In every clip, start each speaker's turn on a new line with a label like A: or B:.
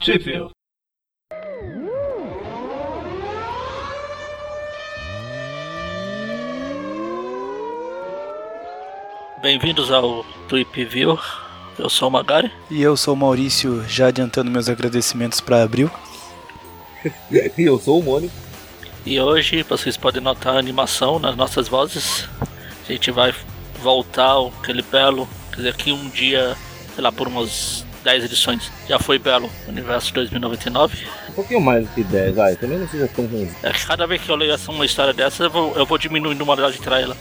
A: Sheffield. Bem-vindos ao Trip View. Eu sou o Magari.
B: E eu sou o Maurício, já adiantando meus agradecimentos para Abril.
C: E eu sou o Mônio.
A: E hoje vocês podem notar a animação nas nossas vozes. A gente vai voltar ao aquele belo. Quer dizer, aqui um dia, sei lá, por umas 10 edições. Já foi belo, Universo 2099.
C: Um pouquinho mais do que 10, vai. Também não seja tão ruim.
A: É que cada vez que eu leio essa- uma história dessa, eu vou, eu vou diminuindo uma hora de trailer.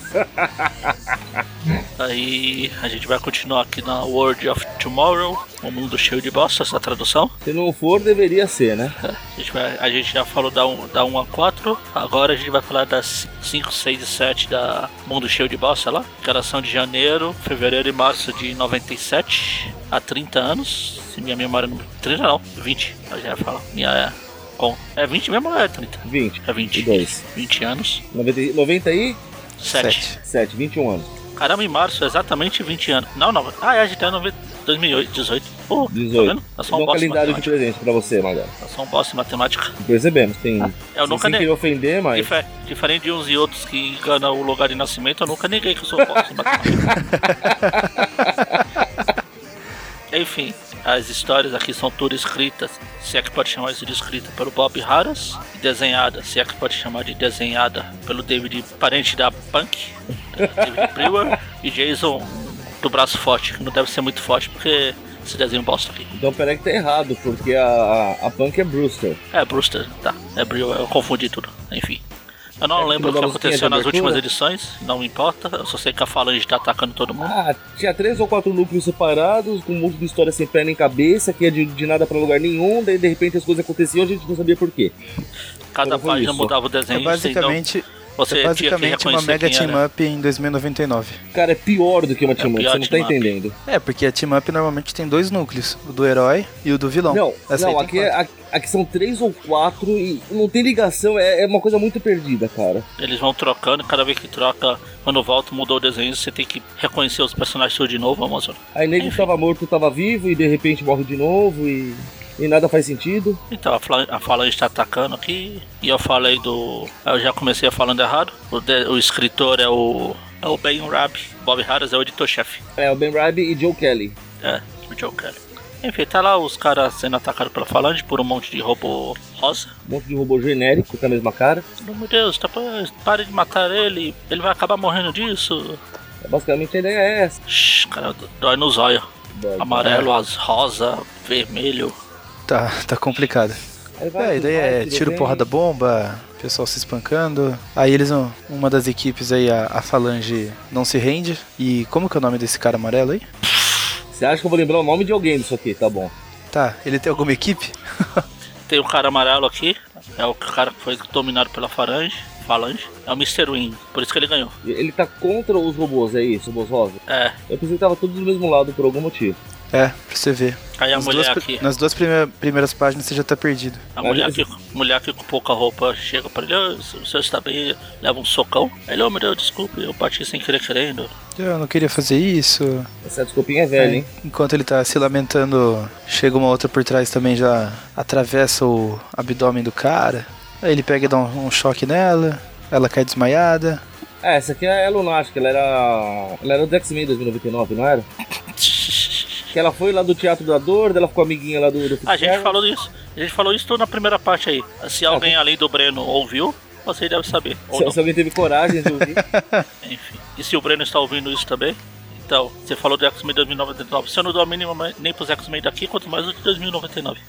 A: Aí a gente vai continuar aqui na World of Tomorrow, um mundo cheio de bosta, essa tradução.
C: Se não for, deveria ser, né?
A: A gente, vai- a gente já falou da 1 da um a 4, agora a gente vai falar das 5, 6 e 7 da Mundo Cheio de Bossa lá. Que elas são de janeiro, fevereiro e março de 97, há 30 anos. Se minha memória não. 30 não, 20, eu já ia falar. Minha é. Com, é 20 mesmo ou é 30?
C: 20.
A: É 20.
C: E dois.
A: 20 anos.
C: 90, e- 97,
A: 7.
C: 21 anos.
A: Caramba, em março, exatamente 20 anos. Não, não. Ah, é, a gente tá em 90 2018, 18. Pô, tá
C: 18.
A: vendo? Eu
C: Dou
A: sou um
C: um
A: bosta em
C: calendário de
A: matemática.
C: presente pra você, Magal.
A: Eu sou um bosta em matemática.
C: Percebemos, tem.
A: Ah, eu nunca
C: sem
A: nem-
C: querer ofender, mas.
A: Difer- diferente de uns e outros que enganam o lugar de nascimento, eu nunca neguei que eu sou pobre. Enfim, as histórias aqui são todas escritas, se é que pode chamar isso de escrita, pelo Bob Harris, e desenhada, se é que pode chamar de desenhada, pelo David, parente da Punk, David Brewer, e Jason do braço forte, que não deve ser muito forte porque esse desenho bosta aqui.
C: Então peraí que tá errado, porque a, a, a punk é Brewster.
A: É, Brewster, tá. É Brewer, eu confundi tudo. Enfim. Eu não
C: É,
A: lembro o que
C: mandou a musiquinha
A: aconteceu
C: de
A: nas
C: abertura?
A: últimas edições, não importa. Eu só sei que a Falange tá atacando todo mundo.
C: Ah, tinha três ou quatro núcleos separados, com um monte de história sem pé nem cabeça, que ia de, de nada pra lugar nenhum, daí de repente as coisas aconteciam, a gente não sabia por quê.
A: Cada
C: então foi
A: página
C: isso.
A: mudava o desenho,
B: É basicamente,
A: senão então. você
B: é
A: tinha que
B: basicamente uma
A: reconhecer
B: mega
A: quem era.
B: team up em 2099.
C: Cara, é pior do que uma team up,
A: pior
C: você não tá
A: team up.
C: entendendo.
B: É, porque a team up normalmente tem dois núcleos, o do herói e o do vilão.
C: Não,
B: Então, Essa aí tá
C: não
B: tem
C: aqui,
B: quatro.
C: é- aqui, aqui são três ou quatro e não tem ligação, é, é uma coisa muito perdida, cara.
A: Eles vão trocando, cada vez que troca, quando volta, mudou o desenho, você tem que reconhecer os personagens tudo de novo, Amazon.
C: Aí nego tava morto, tava vivo e de repente morre de novo e, e nada faz sentido.
A: Então, a Fla- a Falange está atacando aqui. E eu falei do. Eu já comecei falando errado. O, de- o escritor é o. É o Ben Rabb. Bob Harris é o editor-chefe.
C: É, o Ben Rab e Joe Kelly.
A: É, o Joe Kelly. Enfim, tá lá os caras sendo atacados pela falange por um monte de robô rosa.
C: Um monte de robô genérico com a mesma cara.
A: Oh, Meu Deus, tá, pare de matar ele, ele vai acabar morrendo disso.
C: É, Basicamente a ideia é essa.
A: Shhh, cara, dói nos olhos.
C: Dói,
A: Amarelo, as rosa, vermelho.
B: Tá, tá complicado.
C: Aí
B: É, a ideia
C: vai,
B: é
C: tudo
B: tiro,
C: bem.
B: porrada, bomba, pessoal se espancando. Aí eles, vão- uma das equipes aí, a, a Falange, não se rende. E como que é o nome desse cara amarelo aí?
C: Você acha que eu vou lembrar o nome de alguém disso aqui, tá bom.
B: Tá, ele tem alguma equipe?
A: Tem o cara amarelo aqui, é o cara que foi dominado pela falange. Falange. É o Mr. Win, por isso que ele ganhou.
C: E- Ele tá contra os robôs, é isso, robôs rosa?
A: É,
C: Eu pensei que tava tudo do mesmo lado por algum motivo.
B: É, pra você ver.
A: aí a
B: Nas
A: mulher
B: duas pri-
A: aqui.
B: nas duas prime- primeiras páginas você já tá perdido.
A: A mulher que, mulher que com pouca roupa chega pra ele, "Ah, o senhor está bem, leva um socão. Ele, oh meu Deus, desculpe, eu bati sem querer querendo.
B: Eu não queria fazer isso.
C: Essa desculpinha é velha, hein?
B: Enquanto ele tá se lamentando, chega uma outra por trás também, já atravessa o abdômen do cara. Aí ele pega e dá um, um choque nela, ela cai desmaiada.
C: É, essa aqui é a Lunática, ela era. Ela era do X-Men 2099, não era? Que ela foi lá do Teatro da Dor, daí ela ficou amiguinha lá do. do
A: Ah, A gente
C: Fitzgerald.
A: falou isso. A gente falou isso tudo na primeira parte aí. Se
C: Tá
A: alguém além do Breno ouviu, você deve saber. Ou
C: Se, se alguém teve coragem de ouvir.
A: não. Enfim. E se o Breno está ouvindo isso também? Então, você falou do X-Men 2099. Se eu não dou a mínima ma- nem pros X-Men daqui, quanto mais o de 2099.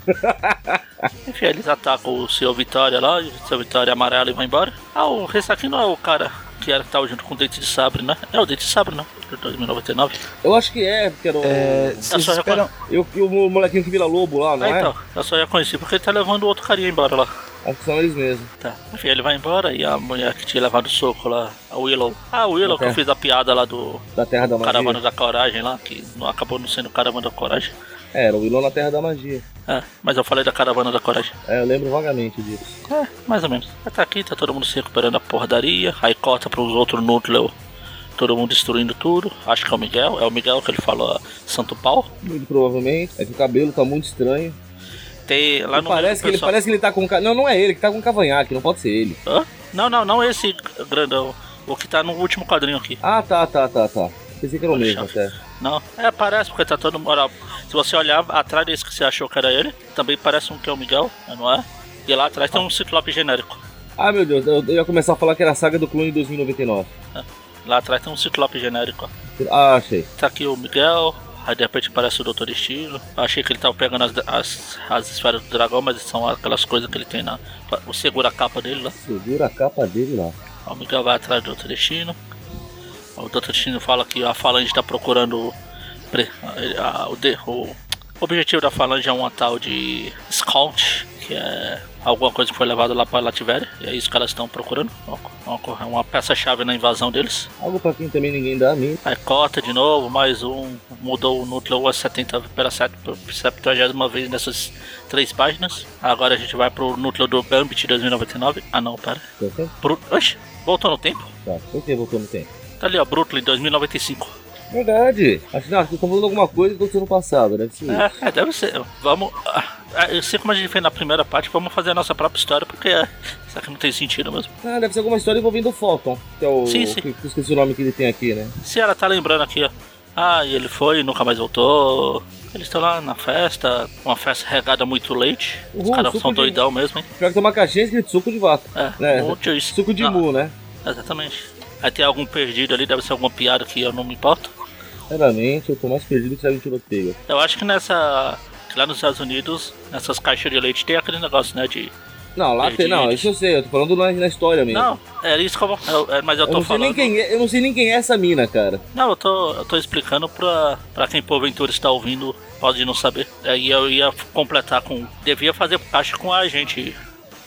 A: Enfim, eles atacam o seu Vitória lá, e o seu Vitória amarelo e vai embora. Ah, o Ressaquinho não é o cara que era que tava junto com o Dente de Sabre, né? É o Dente de Sabre, não. De 2099.
C: Eu acho que é, porque era o.
B: É,
A: Eu
B: vocês
A: Tá, só
B: esperam.
C: Eu, e o molequinho que vira lobo lá, não
A: Ah,
C: é?
A: então. Eu só reconheci porque ele tá levando o outro carinha embora lá.
C: Acho que são eles mesmos.
A: Tá. Enfim, ele vai embora e a mulher que tinha levado o soco lá, a Willow. Ah, a Willow
C: Ok.
A: que eu fiz a piada lá do
C: Da Terra da Magia.
A: Caravana da Coragem lá, que não, acabou não sendo Caravana da Coragem.
C: É, era o vilão na Terra da Magia.
A: É, mas eu falei da Caravana da Coragem.
C: É, eu lembro vagamente disso.
A: É, mais ou menos. Mas Tá aqui, tá todo mundo se recuperando a porradaria. Aí corta pros outros núcleos, todo mundo destruindo tudo. Acho que é o Miguel, é o Miguel que ele falou, Santo Pau.
C: Muito provavelmente. É que o cabelo tá muito estranho.
A: Tem lá no.
C: Parece que, ele,
A: pessoal-
C: parece que ele tá com. ca- Não, não é ele, que tá com cavanhaque, não pode ser ele.
A: Hã? Não, não, não esse grandão. O que tá no último quadrinho aqui.
C: Ah, tá, tá, tá, tá. Pensei que era o mesmo
A: Poxa.
C: até.
A: Não. É, parece, porque tá todo moral. Se você olhar atrás desse que você achou que era ele, também parece um que é o Miguel, mas não é? E lá atrás tem um ciclope genérico.
C: Ah, meu Deus, eu, eu ia começar a falar que era a saga do clone 2099.
A: né? Lá atrás tem um ciclope genérico. ó.
C: Ah, achei.
A: Tá aqui o Miguel, aí de repente parece o Doutor Destino. Achei que ele tava pegando as, as, as esferas do dragão, mas são aquelas coisas que ele tem na. O segura a capa dele né? lá.
C: Segura a capa dele lá.
A: O Miguel vai atrás do Doutor Destino. O Doutor Destino fala que a Falange está procurando. pre- a- a- o, de- o objetivo da Falange é uma tal de Scout, que é alguma coisa que foi levada lá para Lativeria. E é isso que elas estão procurando. Uma, uma co- é uma peça-chave na invasão deles.
C: Algo pra quem também ninguém dá a mim.
A: Aí corta de novo, mais um. Mudou o núcleo a 70 pela 70 vez nessas três páginas. Agora a gente vai pro núcleo do Gambit 2099. Ah não, pera.
C: Tá certo?
A: Pro, oxe, voltou no tempo?
C: Tá, por que voltou no tempo?
A: Tá ali, ó, Brooklyn 2095.
C: Verdade. Acho não, acho que estão falando alguma coisa que aconteceu no passado, deve ser. isso.
A: É, é, deve ser. Vamos. ah, ah, Eu sei como a gente fez na primeira parte, vamos fazer a nossa própria história, porque é, isso aqui não tem sentido mesmo.
C: Ah, deve ser alguma história envolvendo o Photon, que é o.
A: Sim, sim.
C: Que, que eu esqueci o nome que ele tem aqui, né?
A: Se ela tá lembrando aqui, ó. Ah, e ele foi e nunca mais voltou. Eles estão lá na festa, uma festa regada muito leite. Os
C: Uhul,
A: caras
C: suco
A: são
C: de-
A: doidão mesmo, hein?
C: Pior que tem uma caixinha escrito suco de vaca.
A: É,
C: né?
A: um monte de-
C: Suco de
A: não,
C: mu, né?
A: Exatamente. Aí tem algum perdido ali, deve ser alguma piada que eu não me importo.
C: Sinceramente, eu tô mais perdido que sabe de tiroteio.
A: Eu acho que nessa. que Lá nos Estados Unidos, nessas caixas de leite, tem aquele negócio, né? De.
C: Não, lá tem. Não,
A: Perdido.
C: isso eu sei, eu tô falando na, na história mesmo.
A: Não, é isso que eu vou. eu- é, mas eu
C: Eu
A: tô
C: não, sei
A: falando.
C: nem quem é, eu não sei nem quem é essa mina, cara.
A: Não, eu tô, eu tô explicando pra, pra quem porventura está ouvindo, pode não saber. Aí eu ia f- completar com. Devia fazer caixa com a gente.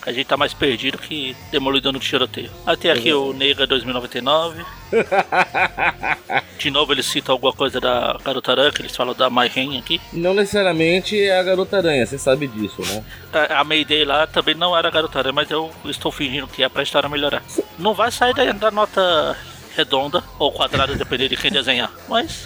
A: que A gente tá mais perdido que demolidor no tiroteio. Aí tem aqui o Nega 2099. De novo ele cita alguma coisa da Garota Aranha, que eles falam da My Hen aqui.
C: Não necessariamente é a garota aranha, você sabe disso, né?
A: É, A a Mayday lá também não era Garota Aranha, mas eu estou fingindo que é pra história melhorar. Não vai sair da, da nota redonda ou quadrada, dependendo de quem desenhar, mas.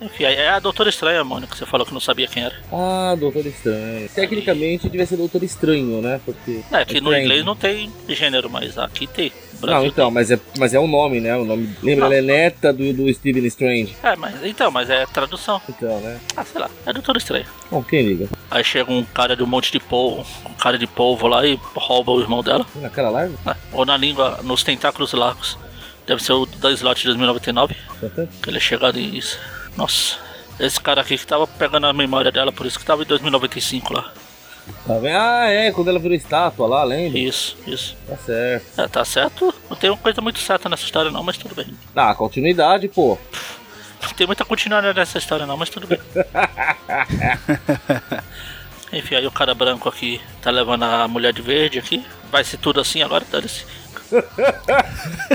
A: Enfim, aí é a Doutora Estranha, Mônica, que você falou que não sabia quem era.
C: Ah, Doutor Estranho. Tecnicamente devia ser Doutor Estranho, né? Porque.
A: É, que no
C: Estranho.
A: inglês não né? tem gênero, mas aqui tem. No
C: Não,
A: Brasil
C: então, mas é, mas é o nome, né? O nome. Lembra, ela é neta do, do Steven Strange.
A: tem. É, mas então, mas é tradução.
C: Então, né?
A: Ah, sei lá, é Doutora Estranha.
C: Bom, quem liga?
A: Aí chega um cara de um monte de polvo, um cara de polvo lá e rouba o irmão dela.
C: Na cara larga?
A: né? Ou na língua, nos tentáculos largos. Deve ser o da slot de 2099.
C: Bastante.
A: Que ele é chegado em isso. Nossa. Esse cara aqui que tava pegando a memória dela, por isso que tava em 2095 lá.
C: Tá vendo? Ah, é, quando ela virou estátua lá, lembra?
A: Isso, isso.
C: Tá certo.
A: É, tá certo? Não tem uma coisa muito certa nessa história não, mas tudo bem.
C: Ah, continuidade, pô.
A: Não tem muita continuidade nessa história não, mas tudo bem. Enfim, aí o cara branco aqui tá levando a mulher de verde aqui. Vai ser tudo assim agora, dane-se.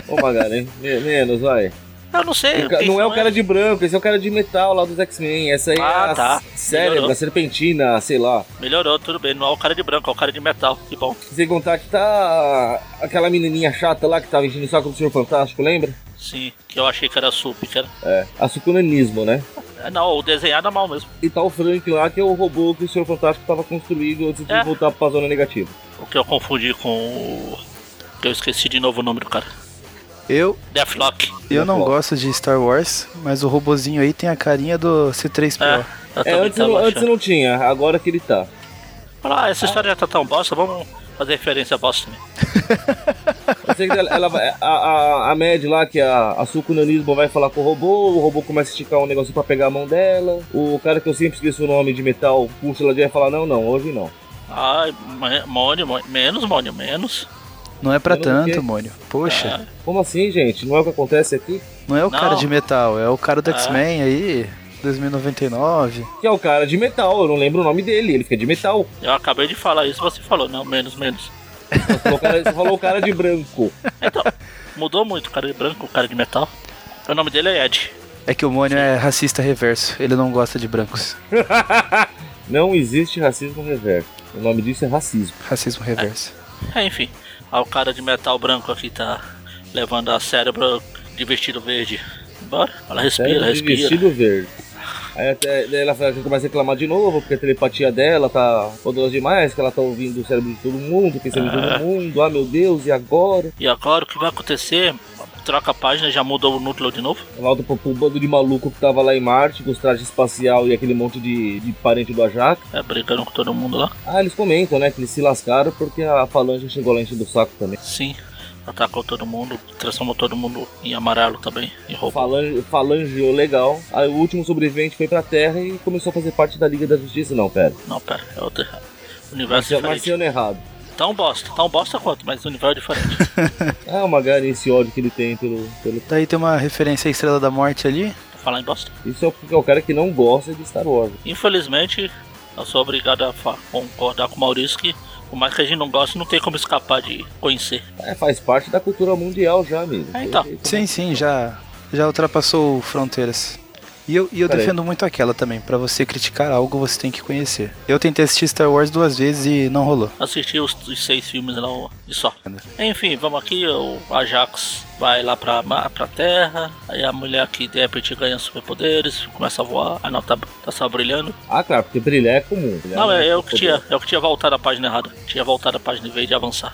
C: Ô, Magaren, me- menos, vai.
A: Eu não sei.
C: O ca-
A: quem
C: Não é
A: são
C: o cara de branco, esse é o cara de metal lá dos X-Men. Essa aí
A: Ah,
C: é a
A: tá.
C: cérebro,
A: Melhorou.
C: a serpentina, sei lá.
A: eles. Melhorou, tudo bem. Não é o cara de branco, é o cara de metal. Que bom.
C: Sem contar que tá aquela menininha chata lá que tava enchendo o saco do Senhor Fantástico, lembra?
A: Sim, que eu achei que era sup, que era...
C: É, a sucunanismo, né?
A: É, Não, o desenhado é mal mesmo.
C: E tá o Frank lá, que é o robô que o Senhor Fantástico tava construído antes de
A: É.
C: voltar pra zona negativa.
A: O que eu confundi com o. que Eu esqueci de novo o nome do cara.
B: Eu,
A: Deathlock.
B: eu não
C: Pô.
B: gosto de Star Wars, mas o robozinho aí tem a carinha do
A: É,
B: C3PO.
A: eu
C: É,
A: também
C: antes,
A: tava
C: não, antes
A: achando.
C: não tinha, agora que ele tá.
A: Ah, essa história já tá tão bosta, vamos fazer referência a bosta né?" também.
C: Eu sei que ela, ela vai- a, a, a Mad lá, que é a, a Sukunanismo vai falar com o robô, o robô começa a esticar um negócio pra pegar a mão dela. O cara que eu sempre esqueço o nome de metal puxa ela de lá e fala: Não, não, hoje não.
A: Ai, me- Mônio, Mônio, menos, Mônio, menos.
B: Não é pra
C: Eu não sei.
B: tanto, Mônio. Poxa,
A: É,
C: Como assim, gente? Não é o que acontece aqui?
B: não é o cara
A: Não.
B: de metal, é o cara do
A: É.
B: X-Men aí, 2099.
C: Que é o cara de metal, eu não lembro o nome dele, ele fica de metal.
A: eu acabei de falar isso, você falou, não, menos, menos.
C: Você falou o cara, você falou o cara de branco.
A: Então, mudou muito o cara de branco, o cara de metal. O nome dele é Ed.
B: É que o Mônio é racista reverso, ele não gosta de brancos.
C: Não existe racismo reverso. O nome disso é racismo.
B: Racismo reverso.
A: É, enfim, ah, o cara de metal branco aqui tá levando a cérebro de vestido verde. Bora, ela respira,
C: Sério, de
A: respira.
C: vestido verde. Aí até- daí ela fala que começa a reclamar de novo, porque a telepatia dela tá poderosa demais, que ela tá ouvindo o cérebro de todo mundo, tem cérebro de todo mundo, ah meu Deus, e agora?
A: E agora o que vai acontecer? Troca a página, já mudou o núcleo de novo.
C: Volta pro, pro bando de maluco que tava lá em Marte, com os trajes espacial e aquele monte de, de parente do Ajax.
A: É, brigando com todo mundo lá.
C: Ah, eles comentam, né, que eles se lascaram porque a falange chegou lá enchendo o saco também.
A: Sim, atacou todo mundo, transformou todo mundo em amarelo também. E roubou.
C: Falange, falangeou legal. Aí o último sobrevivente foi pra Terra e começou a fazer parte da Liga da Justiça. Não, pera.
A: Não, pera, é outro errado. Universo
C: Marciano,
A: diferente.
C: Marciano errado.
A: Tão bosta, tão bosta quanto, mas universo diferente.
C: É uma galera esse ódio que ele tem pelo, pelo.
B: Daí tem uma referência à Estrela da Morte ali.
A: Falar em bosta.
C: Isso é porque é o cara que não gosta de Star Wars.
A: Infelizmente, eu sou obrigado a fa- concordar com o Maurício que, por mais que a gente não goste, não tem como escapar de conhecer.
C: É, faz parte da cultura mundial já, amigo.
A: Ah, então.
B: Sim, sim, já, já ultrapassou fronteiras. E eu, e eu
C: Cara,
B: defendo muito aquela também. Pra você criticar algo, você tem que conhecer. Eu tentei assistir Star Wars duas vezes e não rolou.
A: Assisti os, os seis filmes lá ó, e só. Enfim, vamos aqui. O Ajax vai lá pra, ma- pra terra. Aí a mulher que de repente ganha superpoderes, começa a voar. A nota tá, tá só brilhando.
C: Ah, claro, porque brilhar é comum. Brilhar
A: Não, é,
C: é
A: eu que
C: poder.
A: tinha, eu que tinha voltado a página errada. Tinha voltado a página em vez de avançar.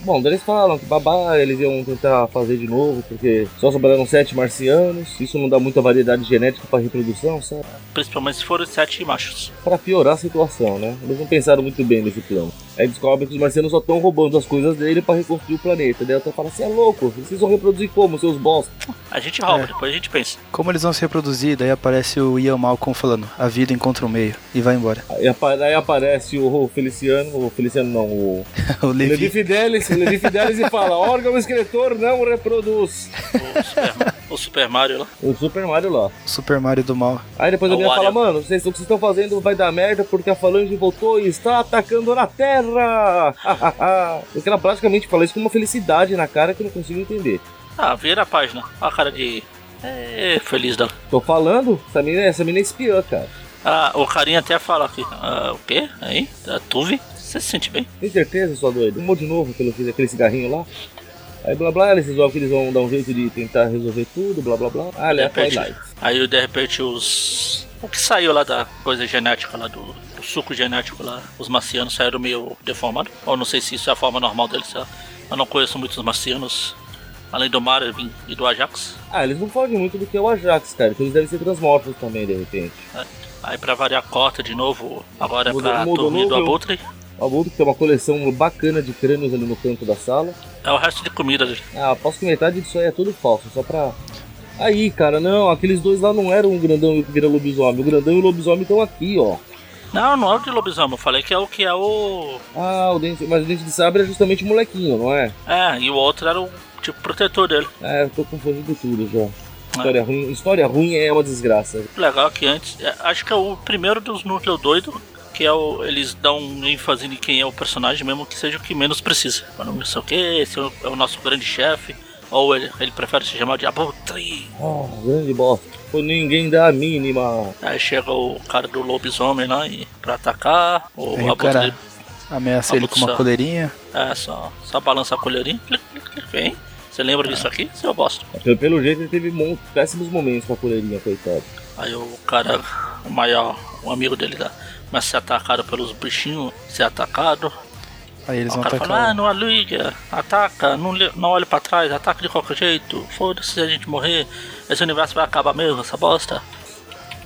C: Bom, daí eles falam que babá, eles iam tentar fazer de novo, porque só sobraram sete marcianos. Isso não dá muita variedade genética pra reprodução, sabe?
A: Principalmente se forem sete machos.
C: Pra piorar a situação, né? Eles não pensaram muito bem nesse plano. Aí descobrem que os marcianos só estão roubando as coisas dele pra reconstruir o planeta. Daí até fala, você é louco, vocês vão reproduzir como, seus bosta?
A: A gente rouba,
B: É.
A: depois a gente pensa.
B: Como eles vão se reproduzir? Daí aparece o Ian Malcolm falando: A vida encontra um meio. E vai embora.
C: Aí, apa- aí aparece o Feliciano, o Feliciano não, o
B: o
C: Levi,
B: Levi.
C: Fidelis, Levi Fidelis e fala, órgão escritor não reproduz.
A: O Super, o Super Mario lá.
C: O Super Mario lá.
B: Super Mario do Mal.
C: Aí depois
A: É
C: a
A: o
C: menina fala,
A: Wario.
C: mano, vocês, o que vocês estão fazendo vai dar merda porque a Falange voltou e está atacando na Terra. porque ela praticamente fala isso com uma felicidade na cara que eu não consigo entender.
A: Ah, vira a página. Olha a cara de. É, feliz dela.
C: Tô falando, essa menina, essa menina é espiã, cara.
A: Ah, o carinha até fala aqui. Ah, o quê? Aí? A Tuve? Você se sente bem?
C: Tem certeza, sua doida? Fumou de novo pelo que aquele cigarrinho lá? Aí blá blá, eles resolvem que eles vão dar um jeito de tentar resolver tudo, blá blá blá. Ah,
A: De
C: ele é
A: repente,
C: Twilight.
A: aí de repente os. O que saiu lá da coisa genética lá do, do suco genético lá, os marcianos saíram meio deformados. Ou não sei se isso é a forma normal deles, sei lá. Eu não conheço muitos marcianos, além do Mario e do Ajax.
C: Ah, eles não fogem muito do que é o Ajax, cara. Então eles devem ser transmorfos também, de repente.
A: né? Aí pra variar corta de novo, agora é
C: Mudou-
A: pra
C: mudou
A: dormir do
C: núcleo.
A: Abutre.
C: O Abulto tem é uma coleção bacana de crânios ali no canto da sala.
A: É o resto de comida dele.
C: Ah, posso que metade disso aí é tudo falso, só pra. Aí, cara, não, aqueles dois lá não eram o grandão e o que vira lobisomem. O grandão e o lobisomem estão aqui, ó.
A: Não, não é o de lobisomem, eu falei que é o que é o.
C: Ah, o dente, mas o dente de sabre é justamente o molequinho, não é?
A: É, e o outro era o tipo protetor dele.
C: Ah, eu tô confundindo tudo já.
A: é.
C: História ruim, história ruim é uma desgraça.
A: legal que antes, é, acho que é o primeiro dos núcleos doido, que é o, eles dão ênfase em quem é o personagem, mesmo que seja o que menos precisa. Eu não sei o que, esse é o- é o nosso grande chefe, ou ele, ele prefere se chamar de Abutre.
C: Ah, grande bosta. Pô, ninguém dá a mínima.
A: Aí chega o cara do lobisomem lá e, pra atacar, o
B: Aí o
A: Abutre
B: cara ameaça ele com uma
A: Abutre.
B: coleirinha.
A: é, só, só balança a colherinha, clic, clic, clic, vem. Você lembra
B: É.
A: disso aqui? Seu bosta.
C: Pelo, pelo jeito ele teve mon- péssimos momentos com a coleirinha, coitado.
A: Aí o cara, o maior, o amigo dele lá, começa a ser atacado pelos bichinhos, ser atacado.
B: Aí eles
A: Aí
B: vão
A: o cara
B: atacar. um.
A: fala, ah, não aluga, ataca, não, le- não olha pra trás, ataca de qualquer jeito, foda-se se a gente morrer, esse universo vai acabar mesmo, essa bosta.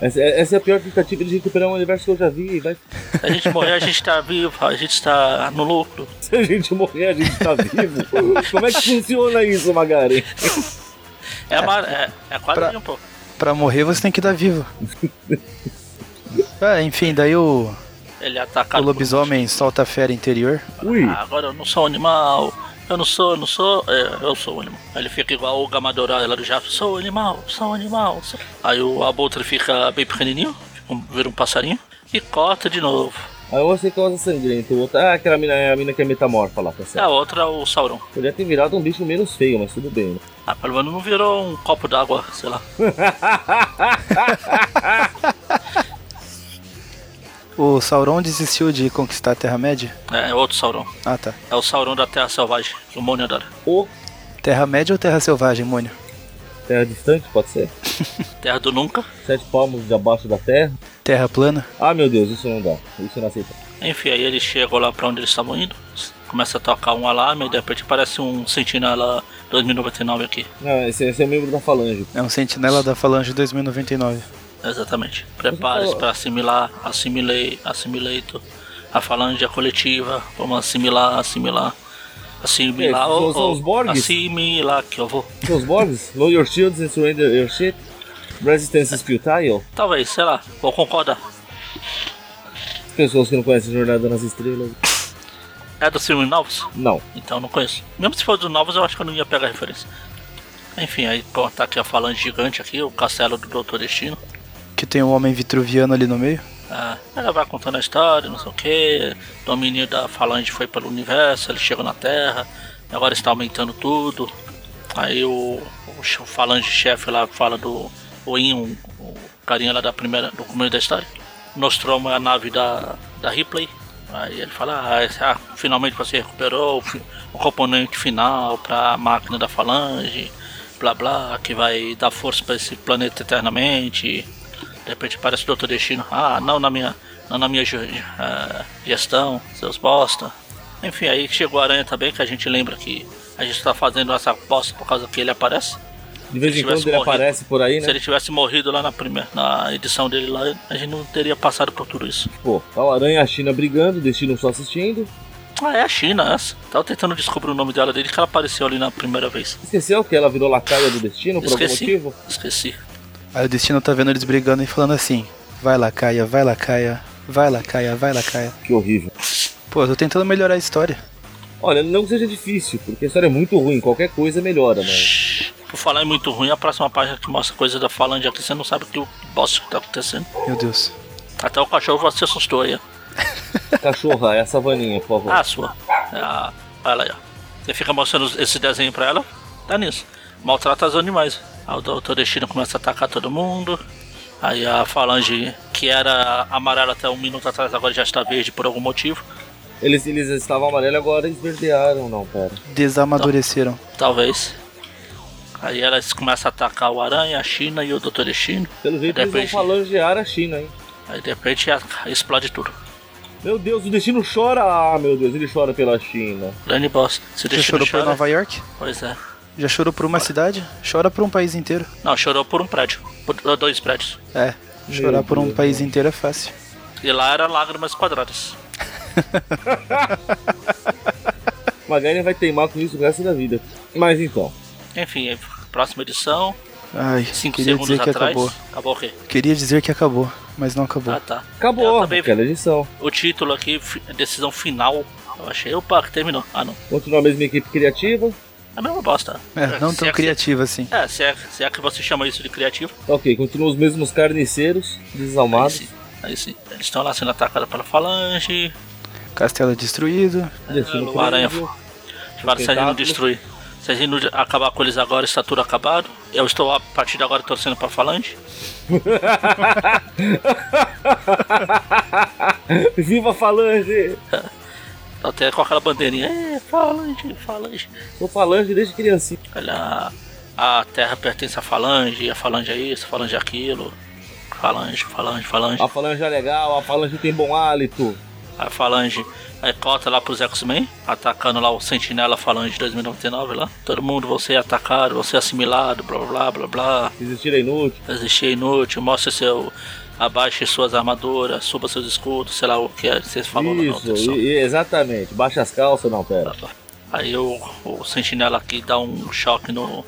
C: Essa, essa é a pior tentativa de recuperar um universo que eu já vi. Vai...
A: Se a gente morrer, a gente tá vivo, a gente tá no lucro.
C: Se a gente morrer, a gente tá vivo. Como é que funciona isso, Magari?
A: É, ma- é, é quase
B: Pra-
A: um pouco.
B: Pra morrer você tem que dar vivo. ah, enfim, daí o,
A: Ele
B: o
A: ataca
B: lobisomem solta a fera interior.
C: Ui.
A: Ah, agora eu não sou um animal, eu não sou, eu não sou, é, eu sou um animal. Aí ele fica igual o Gamadorá, ela do Jafo, sou um animal, sou um animal. sou-" Aí o abutre fica bem pequenininho, fica um- vira um passarinho, e corta de novo.
C: Aí um você causa sangrento, o outro. Ah, aquela mina é a mina que é metamorfa lá, tá
A: E a
C: certo.
A: outra, o Sauron.
C: Podia ter virado um bicho menos feio, mas tudo bem. né?
A: Ah, pelo menos não virou um copo d'água, sei lá.
B: O Sauron desistiu de conquistar a Terra-média?
A: É outro Sauron.
B: Ah, tá.
A: É o Sauron da Terra Selvagem, que o Mônio adora.
C: Ou
B: Terra-média ou Terra Selvagem, Mônio?
C: terra distante, pode ser?
A: Terra do Nunca.
C: Sete palmos de abaixo da terra.
B: Terra plana.
C: Ah, meu Deus, isso não dá. Isso eu não é aceito.
A: Enfim, aí eles chegam lá pra onde eles estavam indo. Começa a tocar um alarme e de repente parece um sentinela 2099 aqui.
C: Não, esse, esse é o membro da falange.
B: É um sentinela da Falange 2099.
A: Exatamente. Prepare-se para assimilar, assimilei, assimileito. A falange é coletiva. Vamos assimilar, assimilar. Assimilar.
C: É, são- são os Borgs?
A: assimilar que eu vou.
C: São os Borgs? Load your shields and surrender your shit. Resistance is futile.
A: Talvez, sei lá, vou concordar.
C: Pessoas que não conhecem Jornada nas Estrelas.
A: É do filme Novos?
C: Não.
A: Então não conheço. Mesmo se for dos novos, eu acho que eu não ia pegar a referência. Enfim, aí pô, tá aqui a falange gigante aqui, o castelo do Doutor Destino.
B: Que tem um homem vitruviano ali no meio.
A: Ah, ela vai contando a história, não sei o que. O domínio da falange foi pelo universo, ele chegou na Terra, agora está aumentando tudo. Aí o, o che- o falange chefe lá fala do Oin, o, o carinha lá da primeira, do começo da história. Nostromo é a nave da, da Ripley. Aí ele fala, ah, esse- ah, finalmente você recuperou o, fi- o componente final para a máquina da falange, blá blá, que vai dar força para esse planeta eternamente. De repente parece o Doutor Destino. Ah, não na minha, não na minha ge- ge- ah, gestão, seus bosta. Enfim, aí chegou a Aranha também, que a gente lembra que a gente tá fazendo essa bosta por causa que ele aparece.
C: De vez
A: Se
C: em quando
A: tivesse
C: ele
A: morrido.
C: aparece por aí,
A: Se
C: né?
A: ele tivesse morrido lá na primeira, na edição dele lá, a gente não teria passado por tudo isso.
C: Pô, tá o Aranha e a China brigando, o Destino só assistindo.
A: Ah, é a China essa. Tava tentando descobrir o nome dela desde que ela apareceu ali na primeira vez.
C: Esqueceu que ela virou lacaia do Destino por
A: Esqueci.
C: algum motivo?
A: Esqueci.
B: Aí o Destino tá vendo eles brigando e falando assim: Vai lá, Caia, vai lá, Caia, vai lá, Caia, vai lá, Caia.
C: Que horrível.
B: Pô, eu tô tentando melhorar a história.
C: Olha, não que seja difícil, porque a história é muito ruim, qualquer coisa melhora, mas.
A: Por falar em muito ruim, a próxima página que mostra coisa da Falange aqui, você não sabe o que o bosta que tá acontecendo.
B: Meu Deus.
A: Até o cachorro se assustou aí, ó.
C: Cachorra, é a savaninha, por favor.
A: Ah, a sua. É a- Ela aí, ó. Você fica mostrando esse desenho pra ela, dá nisso. Maltrata os animais. Aí o Doutor Destino começa a atacar todo mundo. Aí a falange, que era amarela até um minuto atrás, agora já está verde por algum motivo.
C: Eles, eles estavam amarelos agora eles verdearam, não, pera.
B: Desamadureceram.
A: Então, Talvez. Aí ela começa a atacar o Aranha, a China e o Doutor Destino.
C: Pelo jeito eles vão
A: Depende.
C: falangear a China, hein?
A: Aí de repente a- explode tudo.
C: Meu Deus, o Destino chora! Ah, meu Deus, ele chora pela China.
A: Grande bosta. Se o
B: Já
A: Destino
B: chorou por
A: chora...
B: Nova York?
A: né? Pois é.
B: Já chorou por uma cidade? Chora por um país inteiro.
A: Não, chorou por um prédio. Por dois prédios.
B: É, chorar por um
C: Deus,
B: país inteiro é fácil.
A: E lá era lágrimas quadradas.
C: Magaren vai teimar com isso o resto da vida. Mas então,
A: Enfim, aí, próxima edição.
B: Ai,
A: 5
B: queria
A: segundos
B: dizer que
A: atrás.
B: acabou.
A: Acabou o quê?
B: Queria dizer que acabou, mas não acabou.
A: Ah, tá. Eu
C: acabou
A: também-
C: aquela edição.
A: O título aqui, fi- decisão final. Eu achei, opa, que terminou. Ah, não.
C: Continua a mesma equipe criativa.
A: É a mesma bosta.
B: É, não
A: se
B: tão
A: é que-
B: criativa assim.
A: É, se é, se é que você chama isso de criativo.
C: Ok, continuam os mesmos carniceiros,
A: Aí
C: desalmados.
A: sim. Aí sim. Eles estão lá sendo atacados pela falange.
B: Castelo é destruído.
C: Destino
A: o Aranha
C: preso.
A: Agora, se a gente não
C: Espetáculo.
A: destruir, se a gente não de- acabar com eles agora, está tudo acabado. Eu estou a partir de agora torcendo para falange.
C: Viva a Falange!
A: Até com aquela bandeirinha. É, falange, falange.
C: Sou Falange desde criancinha.
A: Olha, a terra pertence à falange, a falange é isso, a falange é aquilo. Falange, falange, falange.
C: A Falange é legal, a Falange tem bom hálito.
A: A falange aí cota lá pros X-Men, atacando lá o Sentinela Falange 2099 lá. Todo mundo, você é atacado, você é assimilado, blá blá blá blá.
C: Existir é inútil.
A: Existir é inútil, mostre seu. Abaixe suas armaduras, suba seus escudos, sei lá o que é que vocês falam na outra
C: Isso,
A: edição. Tá.
C: e- e- exatamente. Baixa as calças, não, pera.
A: Aí o, o sentinela aqui dá um choque no,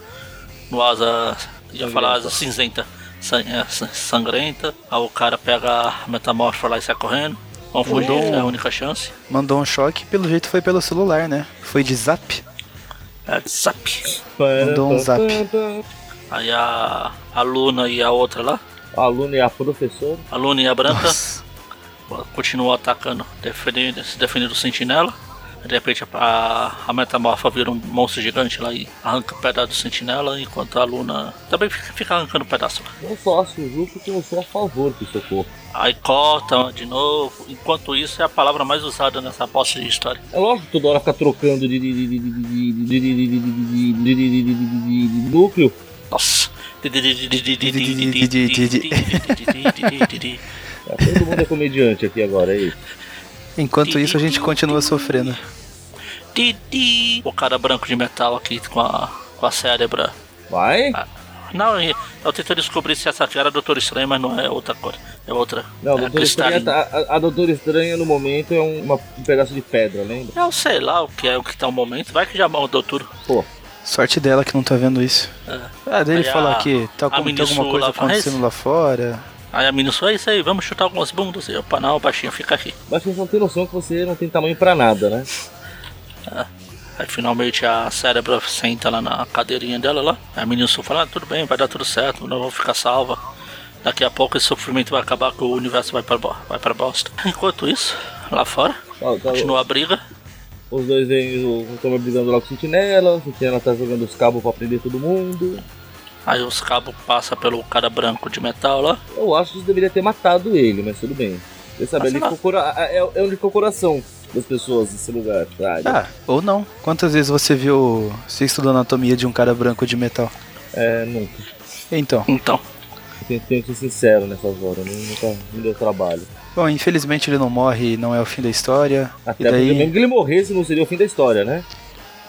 A: no asa. Ia falar asa cinzenta, san- é, san- sangrenta. Aí o cara pega a metamorfo lá e sai correndo. Vão fugir, é a única chance.
B: Mandou um choque, pelo jeito foi pelo celular, né? Foi de zap.
A: É, zap.
B: Mandou um zap.
A: Aí a, a Luna e a outra lá,
C: A Luna e a professora.
A: a Luna e a Branca,
B: Nossa.
A: continuam atacando, defendendo, se defendendo do sentinela. De repente a, a metamorfa vira um monstro gigante lá e arranca um pedaço do sentinela, enquanto a Luna também fica, fica arrancando um pedaço lá.
C: Não só acho justo que eu sou a favor do socorro.
A: Aí cortam de novo. Enquanto isso, é a palavra mais usada nessa bosta de história.
C: É lógico que toda hora fica trocando de de- de- de- de- de- de- de- de- de- de- de- de- de- de- de- de- de- núcleo.
A: Nossa,
C: Tá, Todo mundo é comediante aqui agora, é isso.
B: Enquanto isso, a gente continua sofrendo.
A: O cara branco de metal aqui com a, com a cérebra.
C: Vai?
A: Ah, Não, eu eu tento descobrir se essa aqui era Doutor Estranho, mas não é outra coisa. É outra.
C: Não, a
A: é
C: Doutora Estranha,
A: cristalina.
C: tá- a, a Doutora Estranha no momento é um, uma- um pedaço de pedra, lembra?
A: Eu sei lá o que é o que tá no momento. Vai que já mal o doutor.
C: Pô,
B: Sorte dela que não tá vendo isso.
A: É.
B: Ah, dele
A: Aí a-
B: falar que tá,
A: a
B: com, tem
A: menina
B: alguma
A: sul
B: coisa
A: lá faz?
B: acontecendo lá fora.
A: Aí a menina só é isso aí, vamos chutar algumas bundas. Eu, opa, não, baixinho, fica aqui.
C: mas vocês não têm noção que você não tem tamanho pra nada, né?
A: Aí finalmente a cérebro senta lá na cadeirinha dela lá. Aí a menina só fala, ah, tudo bem, vai dar tudo certo, nós vamos ficar salva. Daqui a pouco esse sofrimento vai acabar que o universo vai pra, bo- vai pra bosta. Enquanto isso, lá fora,
C: Tá- tá-
A: continua a briga.
C: os dois vêm, o Thomas brigando lá com o Sentinela, o Sentinela tá jogando os cabos pra prender todo mundo.
A: Aí os cabos passam pelo cara branco de metal lá.
C: Eu acho que isso deveria ter matado ele, mas tudo bem. Você sabe,
A: Ah,
C: ali
A: sei lá.
C: ficou cora- a- é, é onde ficou o coração das pessoas nesse lugar. tá? sabe?
B: Ah, ou não. Quantas vezes você viu se estudando anatomia de um cara branco de metal?
C: É, nunca.
B: Então.
A: Então,
C: Tenho, tenho que ser sincero nessas horas, não- nunca me deu trabalho.
B: Bom, infelizmente ele não morre e não é o fim da história.
C: Até
B: e
C: porque
B: daí.
C: mesmo que ele morresse, não seria o fim da história, né?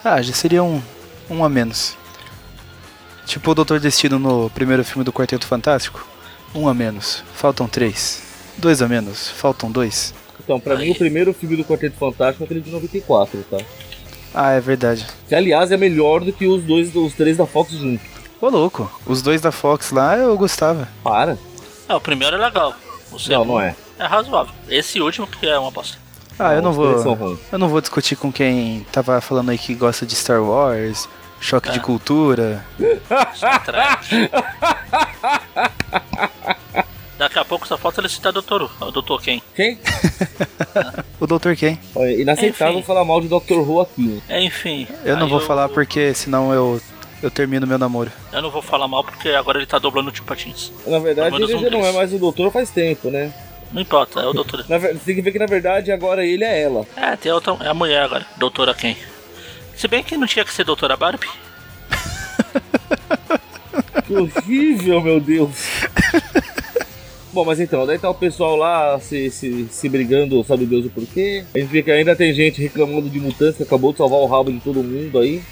B: Ah, já seria um, um a menos. Tipo o Doutor Destino no primeiro filme do Quarteto Fantástico. Um a menos. Faltam três. Dois a menos. Faltam dois.
C: Então, pra mim, o primeiro filme do Quarteto Fantástico é aquele de 94, tá?
B: Ah, é verdade.
C: Que, aliás, é melhor do que os dois, os três da Fox juntos.
B: Ô louco, os dois da Fox lá eu gostava.
C: Para.
A: é, o primeiro é legal. O
C: Não,
A: segundo
C: não é.
A: é razoável. Esse último que é uma bosta.
B: Ah, eu não
C: os três são
B: vou.
C: ruins.
B: Eu não vou discutir com quem tava falando aí que gosta de Star Wars, choque
C: É.
B: de cultura.
A: Só é trash. Daqui a pouco só falta ele citar Doutor, o Doutor quem?
C: Quem?
B: O Doutor quem?
C: Olha, inaceitável
A: Enfim.
C: falar mal de Dr. Who aqui, né?
A: Enfim.
B: Eu não
A: aí
B: vou falar porque senão eu eu termino meu namoro.
A: Eu não vou falar mal porque agora ele tá dobrando o Tio Patins.
C: Na verdade,
A: Agora
C: ele
A: são
C: já não é
A: três.
C: mais o doutor faz tempo, né?
A: Não importa, é o doutor.
C: Na ver- Você tem que ver que, na verdade, agora ele é ela.
A: É, tem outra. É a mulher agora. Doutora quem? Se bem que não tinha que ser doutora Barbie.
C: Que horrível, meu Deus. Bom, mas então, daí tá o pessoal lá se, se, se brigando, sabe Deus o porquê. A gente vê que ainda tem gente reclamando de mutantes que acabou de salvar o rabo de todo mundo aí.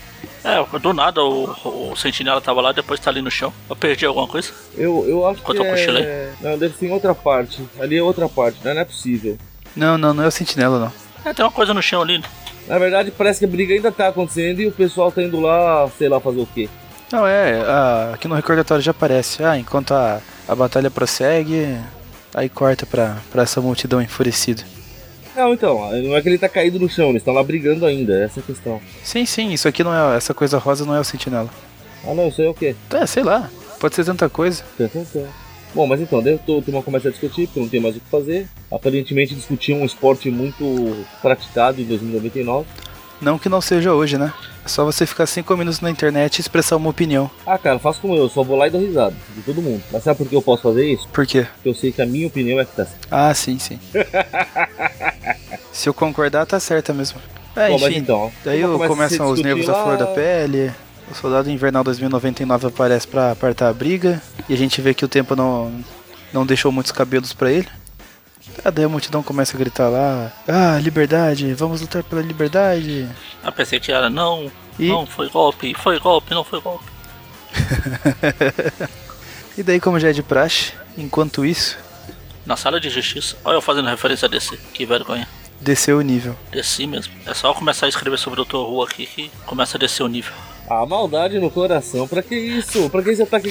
A: É, do nada o, o sentinela tava lá, depois tá ali no chão. Eu perdi alguma coisa?
C: Eu, eu acho
A: Enquanto
C: que
A: eu cochilei.
C: é... Não, deve ser em outra parte. Ali é outra parte, né? não é possível.
B: Não, não, não é o Sentinela não.
A: É, tem uma coisa no chão ali.
C: Na verdade, parece que a briga ainda tá acontecendo e o pessoal tá indo lá, sei lá, fazer o quê.
B: Não é, ah, aqui no recordatório já aparece. Ah, enquanto a, a batalha prossegue, aí corta pra, pra essa multidão enfurecida.
C: Não, então, não é que ele tá caído no chão, eles estão lá brigando ainda, essa é a questão.
B: Sim, sim, isso aqui não é essa coisa rosa não é o Sentinela.
C: Ah não, isso aí é o quê?
B: É, sei lá. Pode ser tanta coisa.
C: Tan, tan, tan. Bom, mas então, daí o turma começa a discutir, porque não tem mais o que fazer. Aparentemente discutir um esporte muito praticado em 2099.
B: Não que não seja hoje, né? É só você ficar cinco minutos na internet e expressar uma opinião.
C: Ah, cara, faço como eu, só vou lá e dou risada de todo mundo. Mas sabe por que eu posso fazer isso?
B: Por quê?
C: Porque eu sei que a minha opinião é que tá certa.
B: Ah, sim, sim. Se eu concordar, tá certa mesmo. É,
C: Bom, mas
B: enfim.
C: então,
B: Daí eu-
C: começa a se
B: começam os
C: discutir
B: nervos à
C: lá.
B: flor da pele. O Soldado Invernal 2099 aparece pra apartar a briga. E a gente vê que o tempo não, não deixou muitos cabelos pra ele. Ah, daí a multidão começa a gritar lá: Ah, liberdade, vamos lutar pela liberdade.
A: Eu pensei que era não.
B: E?
A: Não, foi golpe, foi golpe, não foi golpe.
B: E daí, como já é de praxe, enquanto isso,
A: Na sala de justiça. Olha eu fazendo referência a DC, que vergonha.
B: desceu o nível.
A: Desci mesmo. É só eu começar a escrever sobre o Dr. Who aqui que começa a descer o nível.
C: Ah, maldade no coração, pra que isso? Pra que esse ataque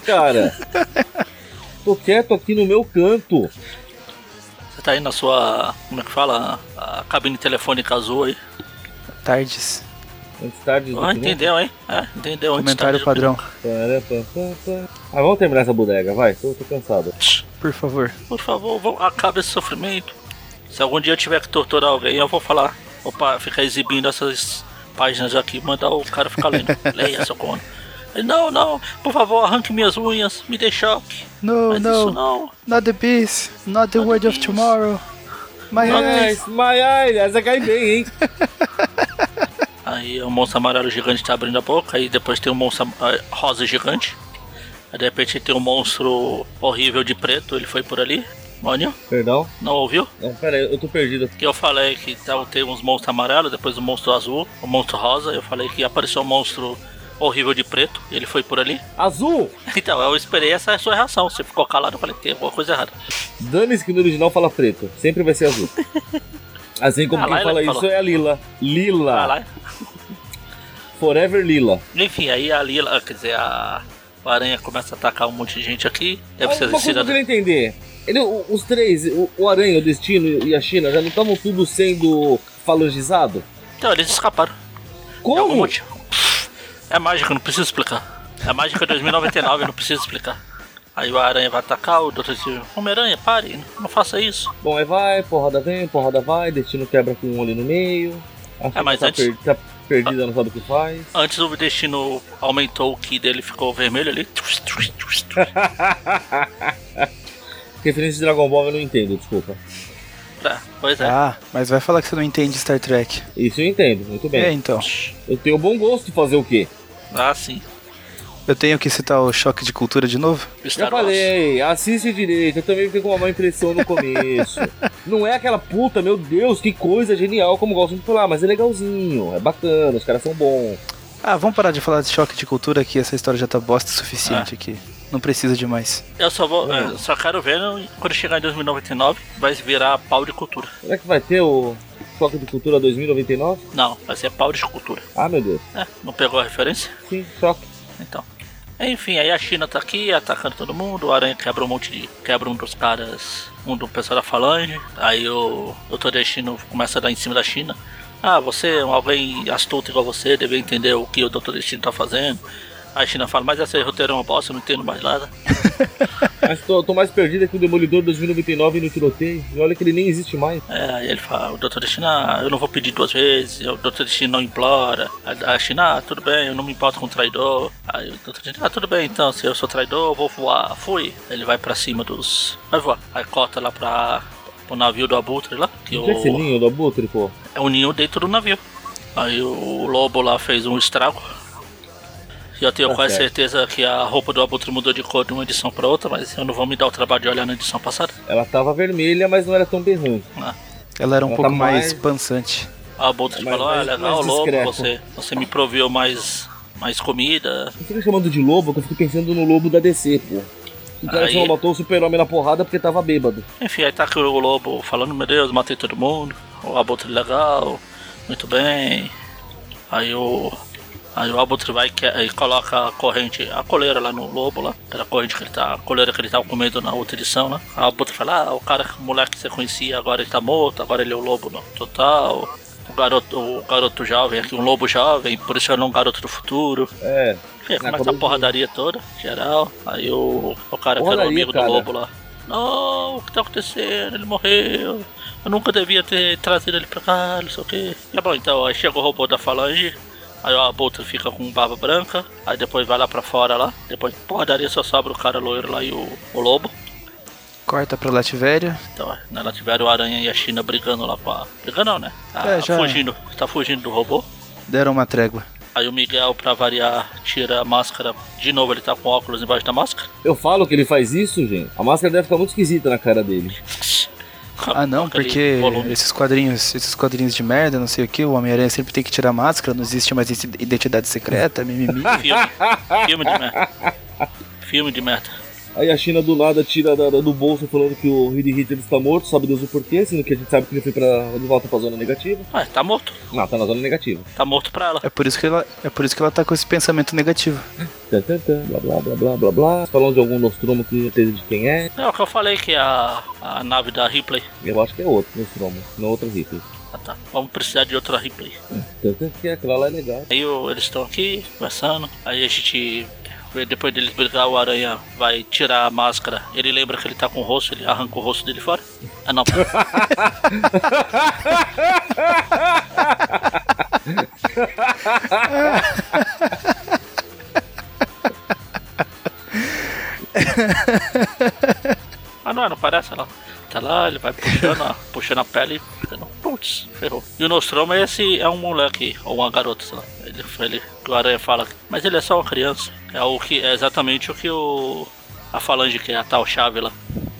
C: cara? Tô quieto aqui no meu canto.
A: Você tá aí na sua. como é que fala? A cabine telefônica azul aí.
B: Tardes.
C: Antes tarde né? do
A: Ah,
C: que
A: entendeu, hein? É, entendeu antes tarde do
B: Comentário
A: que
B: padrão,
C: Pará, pá, pá, pá. Ah, vamos terminar essa bodega, vai. Tô, tô cansado.
A: nunca.
B: por favor.
A: Por favor, vão- acabe esse sofrimento. Se algum dia eu tiver que torturar alguém, eu vou falar. Opa, ficar exibindo essas páginas aqui, mandar o cara ficar lendo. Leia, seu corno. Ele, Não, não, por favor, arranque minhas unhas, me dê choque.
B: No,
A: Mas isso
B: no,
A: não.
B: not the peace, not the
A: Not the
B: word of
A: peace.
B: tomorrow. My eyes.
C: Mas, my eyes, essa cai bem, hein?
A: um Aí o monstro amarelo gigante tá abrindo a boca, aí depois tem o monstro am- ah, rosa gigante. Aí, de repente tem um monstro horrível de preto, ele foi por ali. Mônio,
C: Perdão?
A: não ouviu?
C: Não, pera aí, eu tô perdido.
A: Que eu falei que então, tem uns monstros amarelos, depois um monstro azul, um monstro rosa. Eu falei que apareceu um monstro horrível de preto, e ele foi por ali.
C: Azul!
A: Então, eu esperei essa sua reação. Você ficou calado, eu falei que tem alguma coisa errada.
C: Dane-se que no original fala preto. Sempre vai ser azul. Assim como
A: A
C: quem
A: Ah, Laila
C: fala
A: que
C: isso
A: falou.
C: é a Lila. Lila.
A: Ah, lá.
C: Forever Lila.
A: Enfim, aí a Lila, quer dizer, a a aranha começa a atacar um monte de gente aqui. Deve ser
C: Uma coisa que eu
A: ensinado.
C: queria entender. Ele, o- os três, o, o Aranha, o Destino e a China, já não estavam tudo sendo falangizados?
A: Então, eles escaparam. Por algum
C: Como?
A: motivo. É mágica, não preciso explicar. É mágica 2099, não preciso explicar. Aí o Aranha vai atacar, o Dr. Steve, Homem-Aranha, pare, não faça isso.
C: Bom, aí vai, porrada vem, porrada vai, Destino quebra com um ali no meio. A China
A: É, mas
C: tá,
A: antes-
C: per- tá perdida, não sabe o que faz.
A: Antes o destino aumentou o ki dele, ficou vermelho ali. Tá,
C: Referência de Dragon Ball eu não entendo, desculpa.
A: Tá, pois é.
B: Ah, mas vai falar que você não entende Star Trek.
C: Isso eu entendo, muito
B: É,
C: bem.
B: então.
C: Eu tenho bom gosto de fazer o quê?
A: Ah, sim.
B: Eu tenho que citar o choque de cultura de novo?
A: Star
C: Já
A: Wars.
C: falei, assiste direito. Eu também fiquei com uma má impressão no começo. não é aquela puta, meu Deus, que coisa genial, como gosto de falar, mas é legalzinho, é bacana, os caras são bons.
B: Ah, vamos parar de falar de choque de cultura que essa história já tá bosta o suficiente aqui. Não precisa de mais.
A: Eu só vou. eu só quero ver no- quando chegar em 2099, vai virar pau de cultura.
C: Será que vai ter o Choque de Cultura 2099?
A: Não, vai ser pau de cultura.
C: Ah, meu Deus.
A: É, não pegou a referência?
C: Sim, choque.
A: Então. Enfim, aí a China tá aqui atacando todo mundo, o Aranha quebra um monte de. quebra um dos caras, um do pessoal da Falange. Aí o Doutor Destino começa a dar em cima da China. Ah, você, alguém astuto igual você, deve entender o que o Doutor Destino tá fazendo. Aí a China fala, mas esse roteiro é uma bosta, eu não entendo mais nada.
C: Mas tô, tô mais perdido que o Demolidor 2099 no tiroteio. E olha que ele nem existe mais.
A: É, aí ele fala, o Doutor Destino, ah, eu não vou pedir duas vezes, o Doutor Destino não implora. A, a China, ah, tudo bem, eu não me importo com traidor. Aí o Doutor Destino, ah, tudo bem, então, se eu sou traidor, eu vou voar. Fui. Ele vai pra cima dos... Vai voar. Aí corta lá pra... pro navio do Abutre lá, que
C: Não tinha que ser
A: o...
C: ninho do Abutre, pô.
A: é um ninho dentro do navio. Aí o Lobo lá fez um estrago. E eu tenho
C: Tá
A: quase
C: certo.
A: certeza que a roupa do Abutre mudou de cor de uma edição pra outra, mas eu não vou me dar o trabalho de olhar na edição passada.
C: Ela tava vermelha, mas não era tão berrante.
A: Ah.
B: Ela era um
C: Ela tá
B: pouco mais
C: mais-
B: pensante.
A: A Bolt
C: Mas-
A: falou, ah,
C: mas-
A: legal,
C: mas
A: lobo,
C: discreto.
A: você, você me proveu mais, mais comida.
C: Não fica tá chamando de lobo, que eu fico pensando no lobo da DC, pô. O cara
A: Aí.
C: só matou o super-homem na porrada porque tava bêbado.
A: Enfim, aí tá aqui o lobo falando, meu Deus, matei todo mundo. O Abutre legal, muito bem. Aí o. Aí o Abutre vai que- e coloca a corrente, a coleira lá no lobo lá. Era a corrente que ele tá. A coleira que ele tava comendo na outra edição, né? A Abutre fala, ah, o cara, o moleque que você conhecia, agora ele tá morto, agora ele é o lobo no total. O garoto, o garoto jovem aqui, um lobo jovem, por isso ele é um garoto do futuro.
C: É.
A: É,
C: Na
A: começa a
C: Colômbia.
A: porradaria toda, geral. Aí o, o cara que era o
C: Porradaria,
A: amigo
C: cara.
A: do lobo lá. Não, o que tá acontecendo? Ele morreu. Eu nunca devia ter trazido ele pra cá, não sei o que. É bom, então, aí chega o robô da falange. Aí o Abutre fica com barba branca. Aí depois vai lá pra fora lá. Depois porradaria só sobra o cara loiro lá e o, o lobo.
B: Corta pra Lativéria.
A: Então, é, né, lá tiveram o Aranha e a China brigando lá com a... Brigando não, né? Tá
B: É, já-
A: fugindo. Tá fugindo do robô.
B: Deram uma trégua.
A: Aí o Miguel, pra variar, tira a máscara. De novo, ele tá com óculos embaixo da máscara.
C: Eu falo que ele faz isso, gente. A máscara deve ficar muito esquisita na cara dele.
B: Ah não,
A: Aquele
B: porque
A: Tá volume.
B: esses quadrinhos, esses quadrinhos de merda, não sei o que, o Homem-Aranha sempre tem que tirar máscara, não existe mais esse- identidade secreta, mimimi.
A: Filme. Filme de merda. Filme de merda.
C: Aí a China do nada tira da- da- do bolso falando que o Reed Richards está morto, sabe Deus o porquê, sendo que a gente sabe que ele foi pra, de volta pra zona negativa.
A: Ué, tá morto.
C: Não, tá na zona negativa.
A: Tá morto pra ela.
B: É por isso que ela, é por isso que ela tá com esse pensamento negativo.
C: Tan, tan, tan, blá blá blá blá blá blá. Falando de algum Nostromo que não certeza de quem é.
A: É o que eu falei que a, a nave da Ripley.
C: Eu acho que é outro Nostromo, não outra Ripley.
A: Ah, tá. Vamos precisar de outra Ripley.
C: Tan, tan, que aquela lá é legal.
A: Aí o- eles estão aqui conversando. Aí a gente. vê Depois deles brigar, o Aranha vai tirar a máscara. Ele lembra que ele tá com o rosto, ele arranca o rosto dele fora. Ah, não. Ah não, não parece lá. Tá lá, ele vai puxando, a, puxando a pele. Putz, ferrou. E o Nostromo é esse é um moleque, ou uma garota, sei lá. Ele Ele, ele, o Aranha fala, mas ele é só uma criança. É, o que, é exatamente o que o, a Falange quer, a tal chave lá.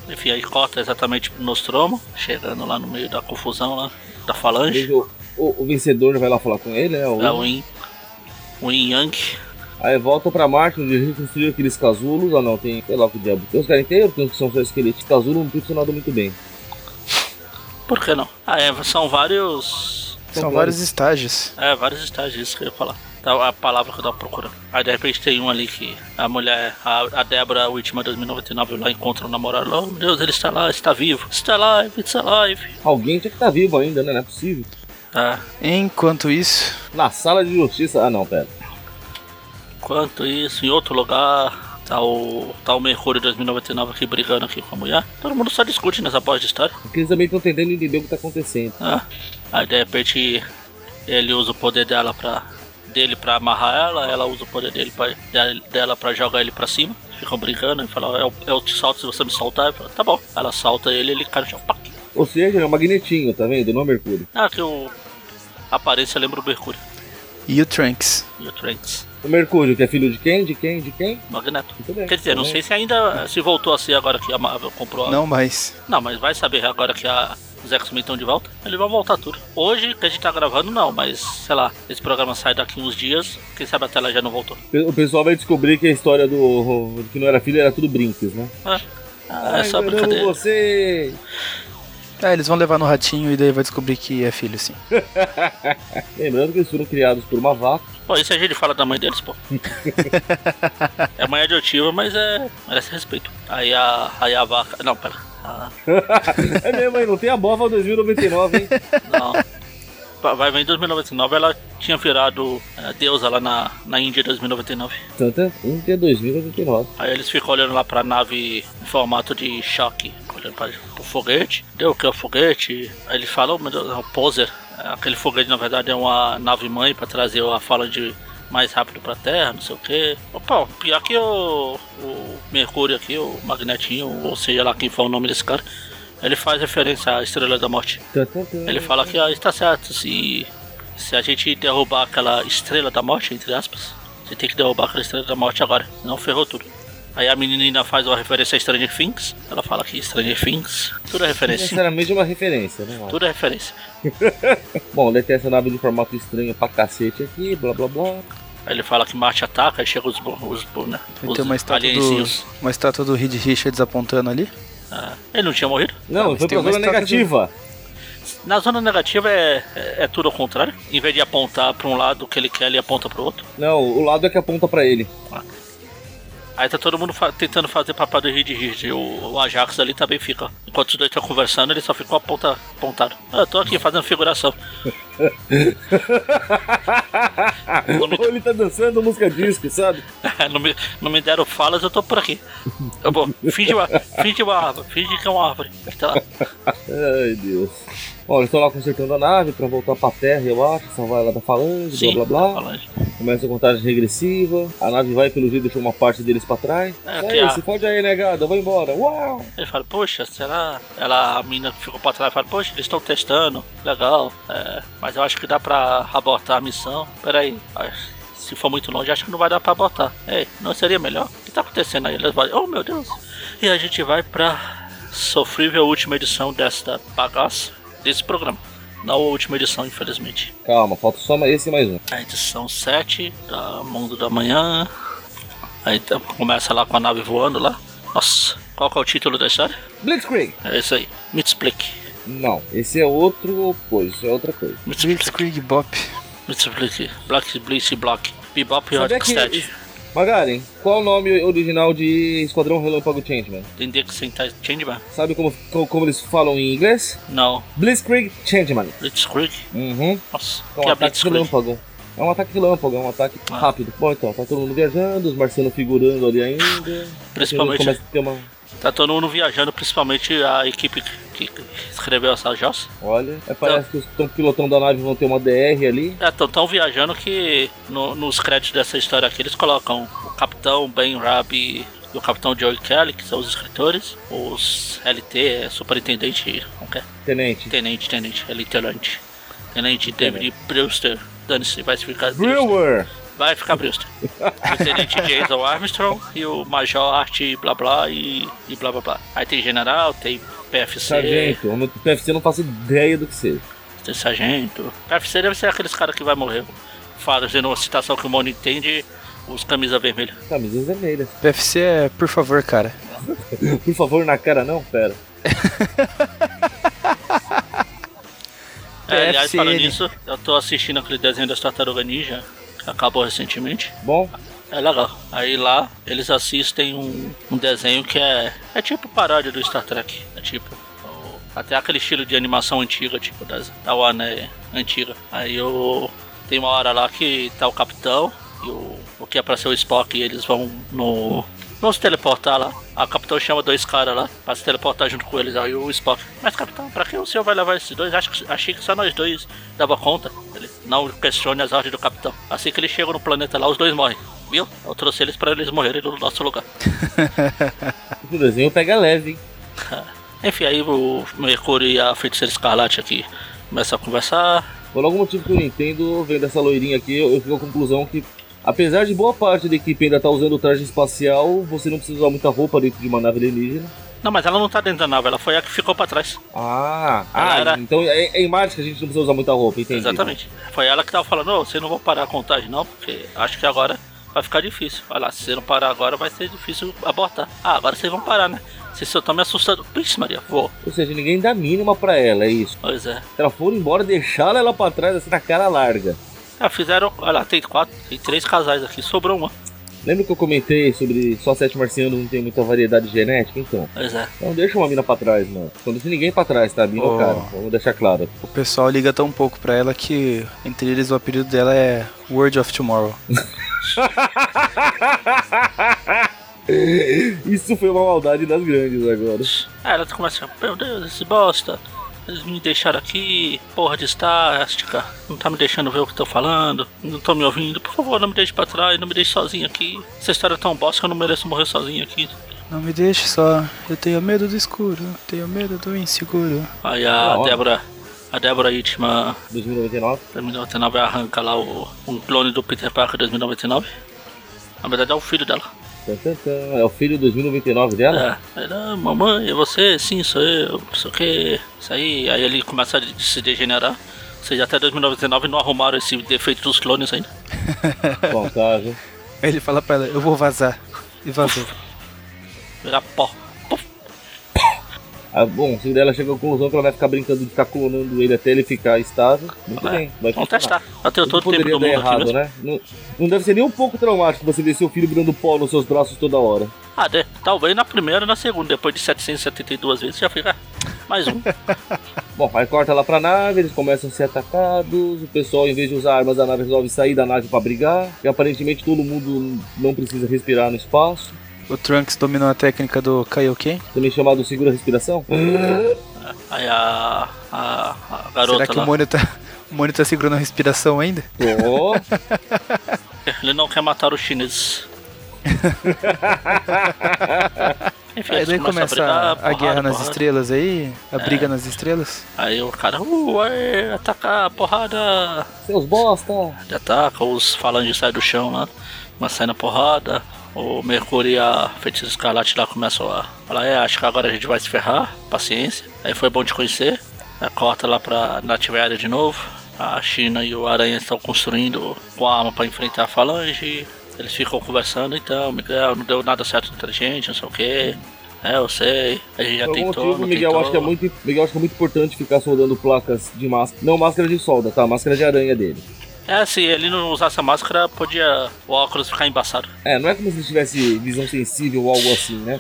A: Enfim, aí corta exatamente pro Nostromo, chegando lá no meio da confusão lá, da Falange.
C: Veja O, o, o vencedor vai lá falar com ele, né? O-
A: É o Yin, o Yin Yang.
C: Aí volta pra Marte, onde reconstruiu aqueles casulos. Ah, não, tem, sei lá o que diabo. Tem os caras inteiros, tem uns que são só esqueletos. Casulo não tem funcionado muito bem.
A: Por que não? Ah, é, são vários.
B: São
C: São
B: vários estágios.
A: É, vários estágios, isso que eu ia falar. Tá, a palavra que eu tava procurando. Aí de repente tem um ali que a mulher, a, a Débora Whitman 2099 lá encontra o namorado. Oh meu Deus, ele está lá, está vivo. Está alive, it's alive.
C: Alguém tinha que estar vivo ainda, né? Não é possível.
A: Ah,
B: Enquanto isso,
C: Na sala de justiça. Ah, não, pera.
A: Enquanto isso, em outro lugar, tá o, tá o Mercúrio 2099 aqui brigando aqui com a mulher. Todo mundo só discute nessa parte de história.
C: Porque eles também estão tentando entender o que tá acontecendo.
A: né? Aí de repente ele usa o poder dela pra, dele pra amarrar ela, ela usa o poder dele pra, de- dela pra jogar ele pra cima. Ficam brincando e falam, "É eu, eu te salto se você me saltar. Ele fala, tá bom. Ela salta ele ele cai no chão. Pac.
C: Ou seja, é um magnetinho, tá vendo? Não é Mercúrio.
A: Ah, que o a aparência lembra o Mercúrio
B: e o Trunks.
A: e o Trunks.
C: O Mercúrio, que é filho de quem? De quem? De quem?
A: Magneto.
C: Muito bem.
A: Quer dizer, não
C: Tá
A: sei se ainda se voltou a ser agora que a Marvel comprou a
B: Não mais.
A: Não, mas vai saber agora que a, os X-Men estão de volta. Eles vão voltar tudo. Hoje, que a gente tá gravando, não, mas sei lá, esse programa sai daqui uns dias. Quem sabe a tela já não voltou.
C: bem. O pessoal vai descobrir que a história do do que não era filho era tudo brinques, né?
A: É, é só
C: Ai, eu amo
A: brincadeira.
C: você!
B: Ah, eles vão levar no ratinho e daí vai descobrir que é filho, sim.
C: Lembrando que eles foram criados por uma vaca.
A: Pô, isso a gente fala da mãe deles, pô. é mãe adotiva, mas é. merece respeito. Aí a. Aí a vaca. Não, pera. Ah,
C: é mesmo, hein? Não tem a bova 2099, hein?
A: não. Pa- Vai ver em 2099, ela tinha virado eh, deusa lá na, na Índia em 2099.
C: Tanta Índia 2099.
A: Aí eles ficam olhando lá pra nave em formato de choque, olhando pra, pro foguete. Deu o que é o foguete? Aí eles falam, "Oh, meu Deus, é um poser. Aquele foguete na verdade é uma nave mãe pra trazer a fala de mais rápido pra terra, não sei o que. Opa, pior que o, o Mercúrio aqui, o Magnetinho, ou seja lá quem for o nome desse cara, ele faz referência à Estrela da Morte.
C: Tantantã.
A: Ele fala que ah, está certo, se, se a gente derrubar aquela estrela da morte, entre aspas, você tem que derrubar aquela estrela da morte agora, senão ferrou tudo. Aí a menina faz uma referência a Stranger Things, ela fala que Stranger Things, tudo é referência,
C: Sinceramente é uma referência, né?
A: tudo é referência.
C: Bom, daí tem essa nave de formato estranho pra cacete aqui, blá blá blá.
A: Aí ele fala que Marte ataca, aí chega os, bo- os, bo- né,
B: Vai
A: os
B: ter uma estátua,
A: alienzinhos.
B: do, uma estátua do Reed Richards apontando ali.
A: Ah, ele não tinha morrido?
C: Não,
B: mas
C: foi
B: tem
C: pra
B: uma
C: zona
B: estátua
C: negativa.
A: Na zona negativa é, é, é tudo ao contrário, em vez de apontar pra um lado o que ele quer, ele aponta pro outro.
C: Não, o lado é que aponta pra ele.
A: Aí tá todo mundo fa- tentando fazer papel do Reed Reed. O, o Ajax ali também fica. Enquanto os dois estão conversando, ele só ficou aponta, apontado. Ah, eu tô aqui fazendo figuração. Ah,
C: Ou ele tá dançando música disco, sabe?
A: não, me, não me deram falas, eu tô por aqui. Tá bom, finge uma, finge uma árvore, finge que é uma árvore. Tá lá.
C: Ai, Deus. Bom, eles estão lá consertando a nave pra voltar pra terra, eu acho, salvar ela da falange,
A: Sim,
C: blá
A: tá
C: blá blá.
A: falando.
C: Começa a contagem regressiva, a nave vai pelo jeito, deixou uma parte deles pra trás.
A: É,
C: É,
A: tem a-
C: se pode aí, negada, eu vou embora. Uau!
A: Ele fala, poxa, será? Ela, a menina que ficou pra trás fala, poxa, eles estão testando, legal, é, mas eu acho que dá pra abortar a missão. Peraí, ah, se for muito longe, acho que não vai dar pra abortar. Ei, não seria melhor? O que tá acontecendo aí? Eles falam, oh meu Deus! E a gente vai pra sofrível última edição desta bagaça, desse programa. Não a última edição, infelizmente.
C: Calma, falta só ma- esse e mais um.
A: A edição 7 da Mundo da Manhã. Aí tá- começa lá com a nave voando lá. Nossa, qual que é o título da história?
C: Blitzkrieg!
A: É isso aí. Me explique.
C: Não, esse é outro coisa, isso é outra coisa.
A: Me explique.
B: Blitzkrieg Bop.
A: Me explique. Black Blitz Block. Bebop e
C: Sabia
A: Hot
C: que-
A: Stead.
C: Magaren, qual o nome original de Esquadrão Relâmpago Changeman?
A: Entender que tá sentar Changeman?
C: Sabe como, co- como eles falam em inglês?
A: Não.
C: Blitzkrieg Changeman.
A: Blitzkrieg?
C: Uhum.
A: Nossa,
C: É
A: que
C: um
A: é
C: ataque
A: Blitzkrieg?
C: relâmpago. É um ataque relâmpago, é um ataque
A: Ah.
C: rápido. Bom, então, tá todo mundo viajando, os marcianos figurando ali ainda.
A: Principalmente-
C: Começa a ter uma...
A: Tá todo mundo viajando, principalmente a equipe que que escreveu essa jossa.
C: Olha,
A: Tá.
C: é, parece que os que tão pilotão da nave vão ter uma DR ali.
A: É, tão, tão viajando que no- nos créditos dessa história aqui eles colocam o Capitão Ben Rabi e o Capitão Joey Kelly, que são os escritores. Os LT, é superintendente, é? não quer?
C: Tenente.
A: Tenente, tenente, é literante. Tenente David Brewster, Dane-se, vai ficar.
C: Brewer!
A: Vai ficar Brewster. o tenente Jason Armstrong e o Major Art blá blá e, e blá blá blá. Aí tem general, tem PFC,
C: Sargento, no PFC eu não faço ideia do que seja.
A: tem sargento. PFC deve ser aqueles caras que vai morrer. Fazendo uma citação que o Mono entende, os camisa vermelha.
C: Camisas vermelhas.
B: PFC é, por favor, cara.
C: Por favor, na cara não? Pera.
A: É, aliás,
B: PFC,
A: falando
B: ele.
A: nisso, eu tô assistindo aquele desenho das Tartaruga Ninja, que acabou recentemente.
C: Bom,
A: É legal. Aí lá eles assistem um, um desenho que é. É tipo paródia do Star Trek. É tipo. o- Até aquele estilo de animação antiga, tipo das, da Warner antiga. Aí eu. Tem uma hora lá que tá o capitão e o, o que é pra ser o Spock e eles vão no. Vão se teleportar lá. A capitão chama dois caras lá pra se teleportar junto com eles. Aí o Spock. Mas capitão, pra que o senhor vai levar esses dois? Acho que, achei que só nós dois dava conta. Ele, não questione as ordens do capitão. Assim que eles chegam no planeta lá, os dois morrem. Viu? Eu trouxe eles pra eles morrerem no nosso lugar.
C: o desenho pega leve, hein?
A: Enfim, aí o Mercúrio e a feiticeira escarlate aqui começam a conversar.
C: Por algum motivo que eu não entendo, vendo essa loirinha aqui, eu eu fico à conclusão que, apesar de boa parte da equipe ainda estar usando o traje espacial, você não precisa usar muita roupa dentro de uma nave alienígena.
A: Não, mas ela não tá dentro da nave, ela foi a que ficou pra trás.
C: Ah,
A: Galera.
C: ah então é, é em Marte que a gente não precisa usar muita roupa, entendi.
A: Exatamente. Foi ela que tava falando, ô, vocês não vão parar a contagem não, porque acho que agora vai ficar difícil. Olha lá, se você não parar agora vai ser difícil abortar. Ah, agora vocês vão parar, né? Vocês só estão me assustando. Pix, Maria, vou.
C: Ou seja, ninguém dá mínima pra ela, é isso.
A: Pois é.
C: Se ela for embora, deixaram ela pra trás, assim, na cara larga.
A: Ah, fizeram. Olha lá, tem quatro, tem três casais aqui, sobrou uma.
C: Lembra que eu comentei sobre só sete marcianos não tem muita variedade genética? Então,
A: Pois é.
C: não deixa uma mina pra trás, mano. Não deixa ninguém pra trás, tá? Mina ou
B: Oh.
C: cara, vamos deixar claro.
B: O pessoal liga tão pouco pra ela que, entre eles, o apelido dela é World of Tomorrow.
C: Isso foi uma maldade das grandes agora.
A: Aí ela começa, meu Deus, esse bosta. Eles me deixaram aqui, porra de estática. Não tá me deixando ver o que tô falando. Não tô me ouvindo. Por favor, não me deixe pra trás, não me deixe sozinho aqui. Essa história é tão bosta que eu não mereço morrer sozinho aqui.
B: Não me deixe só, eu tenho medo do escuro, tenho medo do inseguro.
A: Aí a
C: Ah, ó.
A: Débora. A Débora Itman,
C: 2099.
A: 2099, arranca lá o, um clone do Peter Parker 2099. Na verdade é o filho dela.
C: Tan, tan, tan. É o filho 2099 dela?
A: É, aí, "Ah, mamãe, é você? Sim, sou eu, não sei o que, isso aí. Aí ele começa a de- se degenerar. Ou seja, até 2099 não arrumaram esse defeito dos clones ainda.
C: Bom, tá, viu?
B: Aí ele fala pra ela, eu vou vazar. E vazou.
A: Virar pó. Puf.
C: Ah, bom, o filho dela chega à conclusão que ela vai ficar brincando de ficar clonando ele até ele ficar estável. Muito
A: É,
C: bem, vai
A: Vamos
C: funcionar.
A: testar. Eu tenho
C: Não
A: todo o tempo
C: poderia
A: do
C: dar
A: mundo aqui
C: errado,
A: mesmo.
C: né? Não, não deve ser nem um pouco traumático você ver seu filho virando pó nos seus braços toda hora.
A: Ah, de- talvez na primeira e na segunda, depois de 772 vezes já fica. ah, Mais um.
C: Bom, aí corta lá pra nave, eles começam a ser atacados. O pessoal, em vez de usar armas da nave, resolve sair da nave pra brigar. E aparentemente todo mundo não precisa respirar no espaço.
B: O Trunks dominou a técnica do Kaioken.
C: Também chamado segura respiração.
A: Aí a. a, a garota
B: Será que
A: lá.
B: o Mônio tá, o Mônio tá segurando a respiração ainda?
C: Ó,
A: Ele não quer matar os chineses. Enfim,
B: Aí
A: eles
B: daí
A: começam
B: começa
A: brigar,
B: a, guerra
A: porrada,
B: nas
A: porrada. É.
B: estrelas aí, a briga nas estrelas.
A: Aí o cara, uh, aê, atacar, porrada.
C: seus bosta!
A: Ele ataca, os falanges saem do chão lá, mas saem na porrada. O Mercúrio e a Feiticeira Escarlate lá começam a falar, é, acho que agora a gente vai se ferrar, paciência. Aí foi bom te conhecer. Aí corta lá pra Native Area de novo. A China e o Aranha estão construindo com a arma pra enfrentar a falange. Eles ficam conversando, então, Miguel, não deu nada certo entre a gente, não sei o que. É, eu sei, a gente já
C: Por algum
A: tentou,
C: motivo,
A: não
C: Miguel
A: tentou.
C: acho, que é muito, Miguel acho que é muito importante ficar soldando placas de máscara. Não, máscara de solda, tá? Máscara de aranha dele.
A: É, se ele não usasse a máscara, podia o óculos ficar embaçado.
C: É, não é como se ele tivesse visão sensível ou algo assim, né?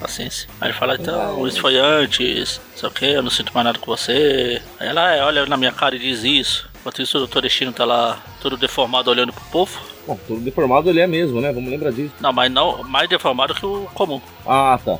A: Paciência. Aí ele fala, então, isso foi antes, não sei o que, eu não sinto mais nada com você. Aí ela é, olha na minha cara e diz isso. Enquanto isso, o doutor Destino tá lá, todo deformado, olhando pro povo.
C: Bom, todo deformado ele é mesmo, né? Vamos lembrar disso.
A: Não, mas não, mais deformado que o comum.
C: Ah, tá.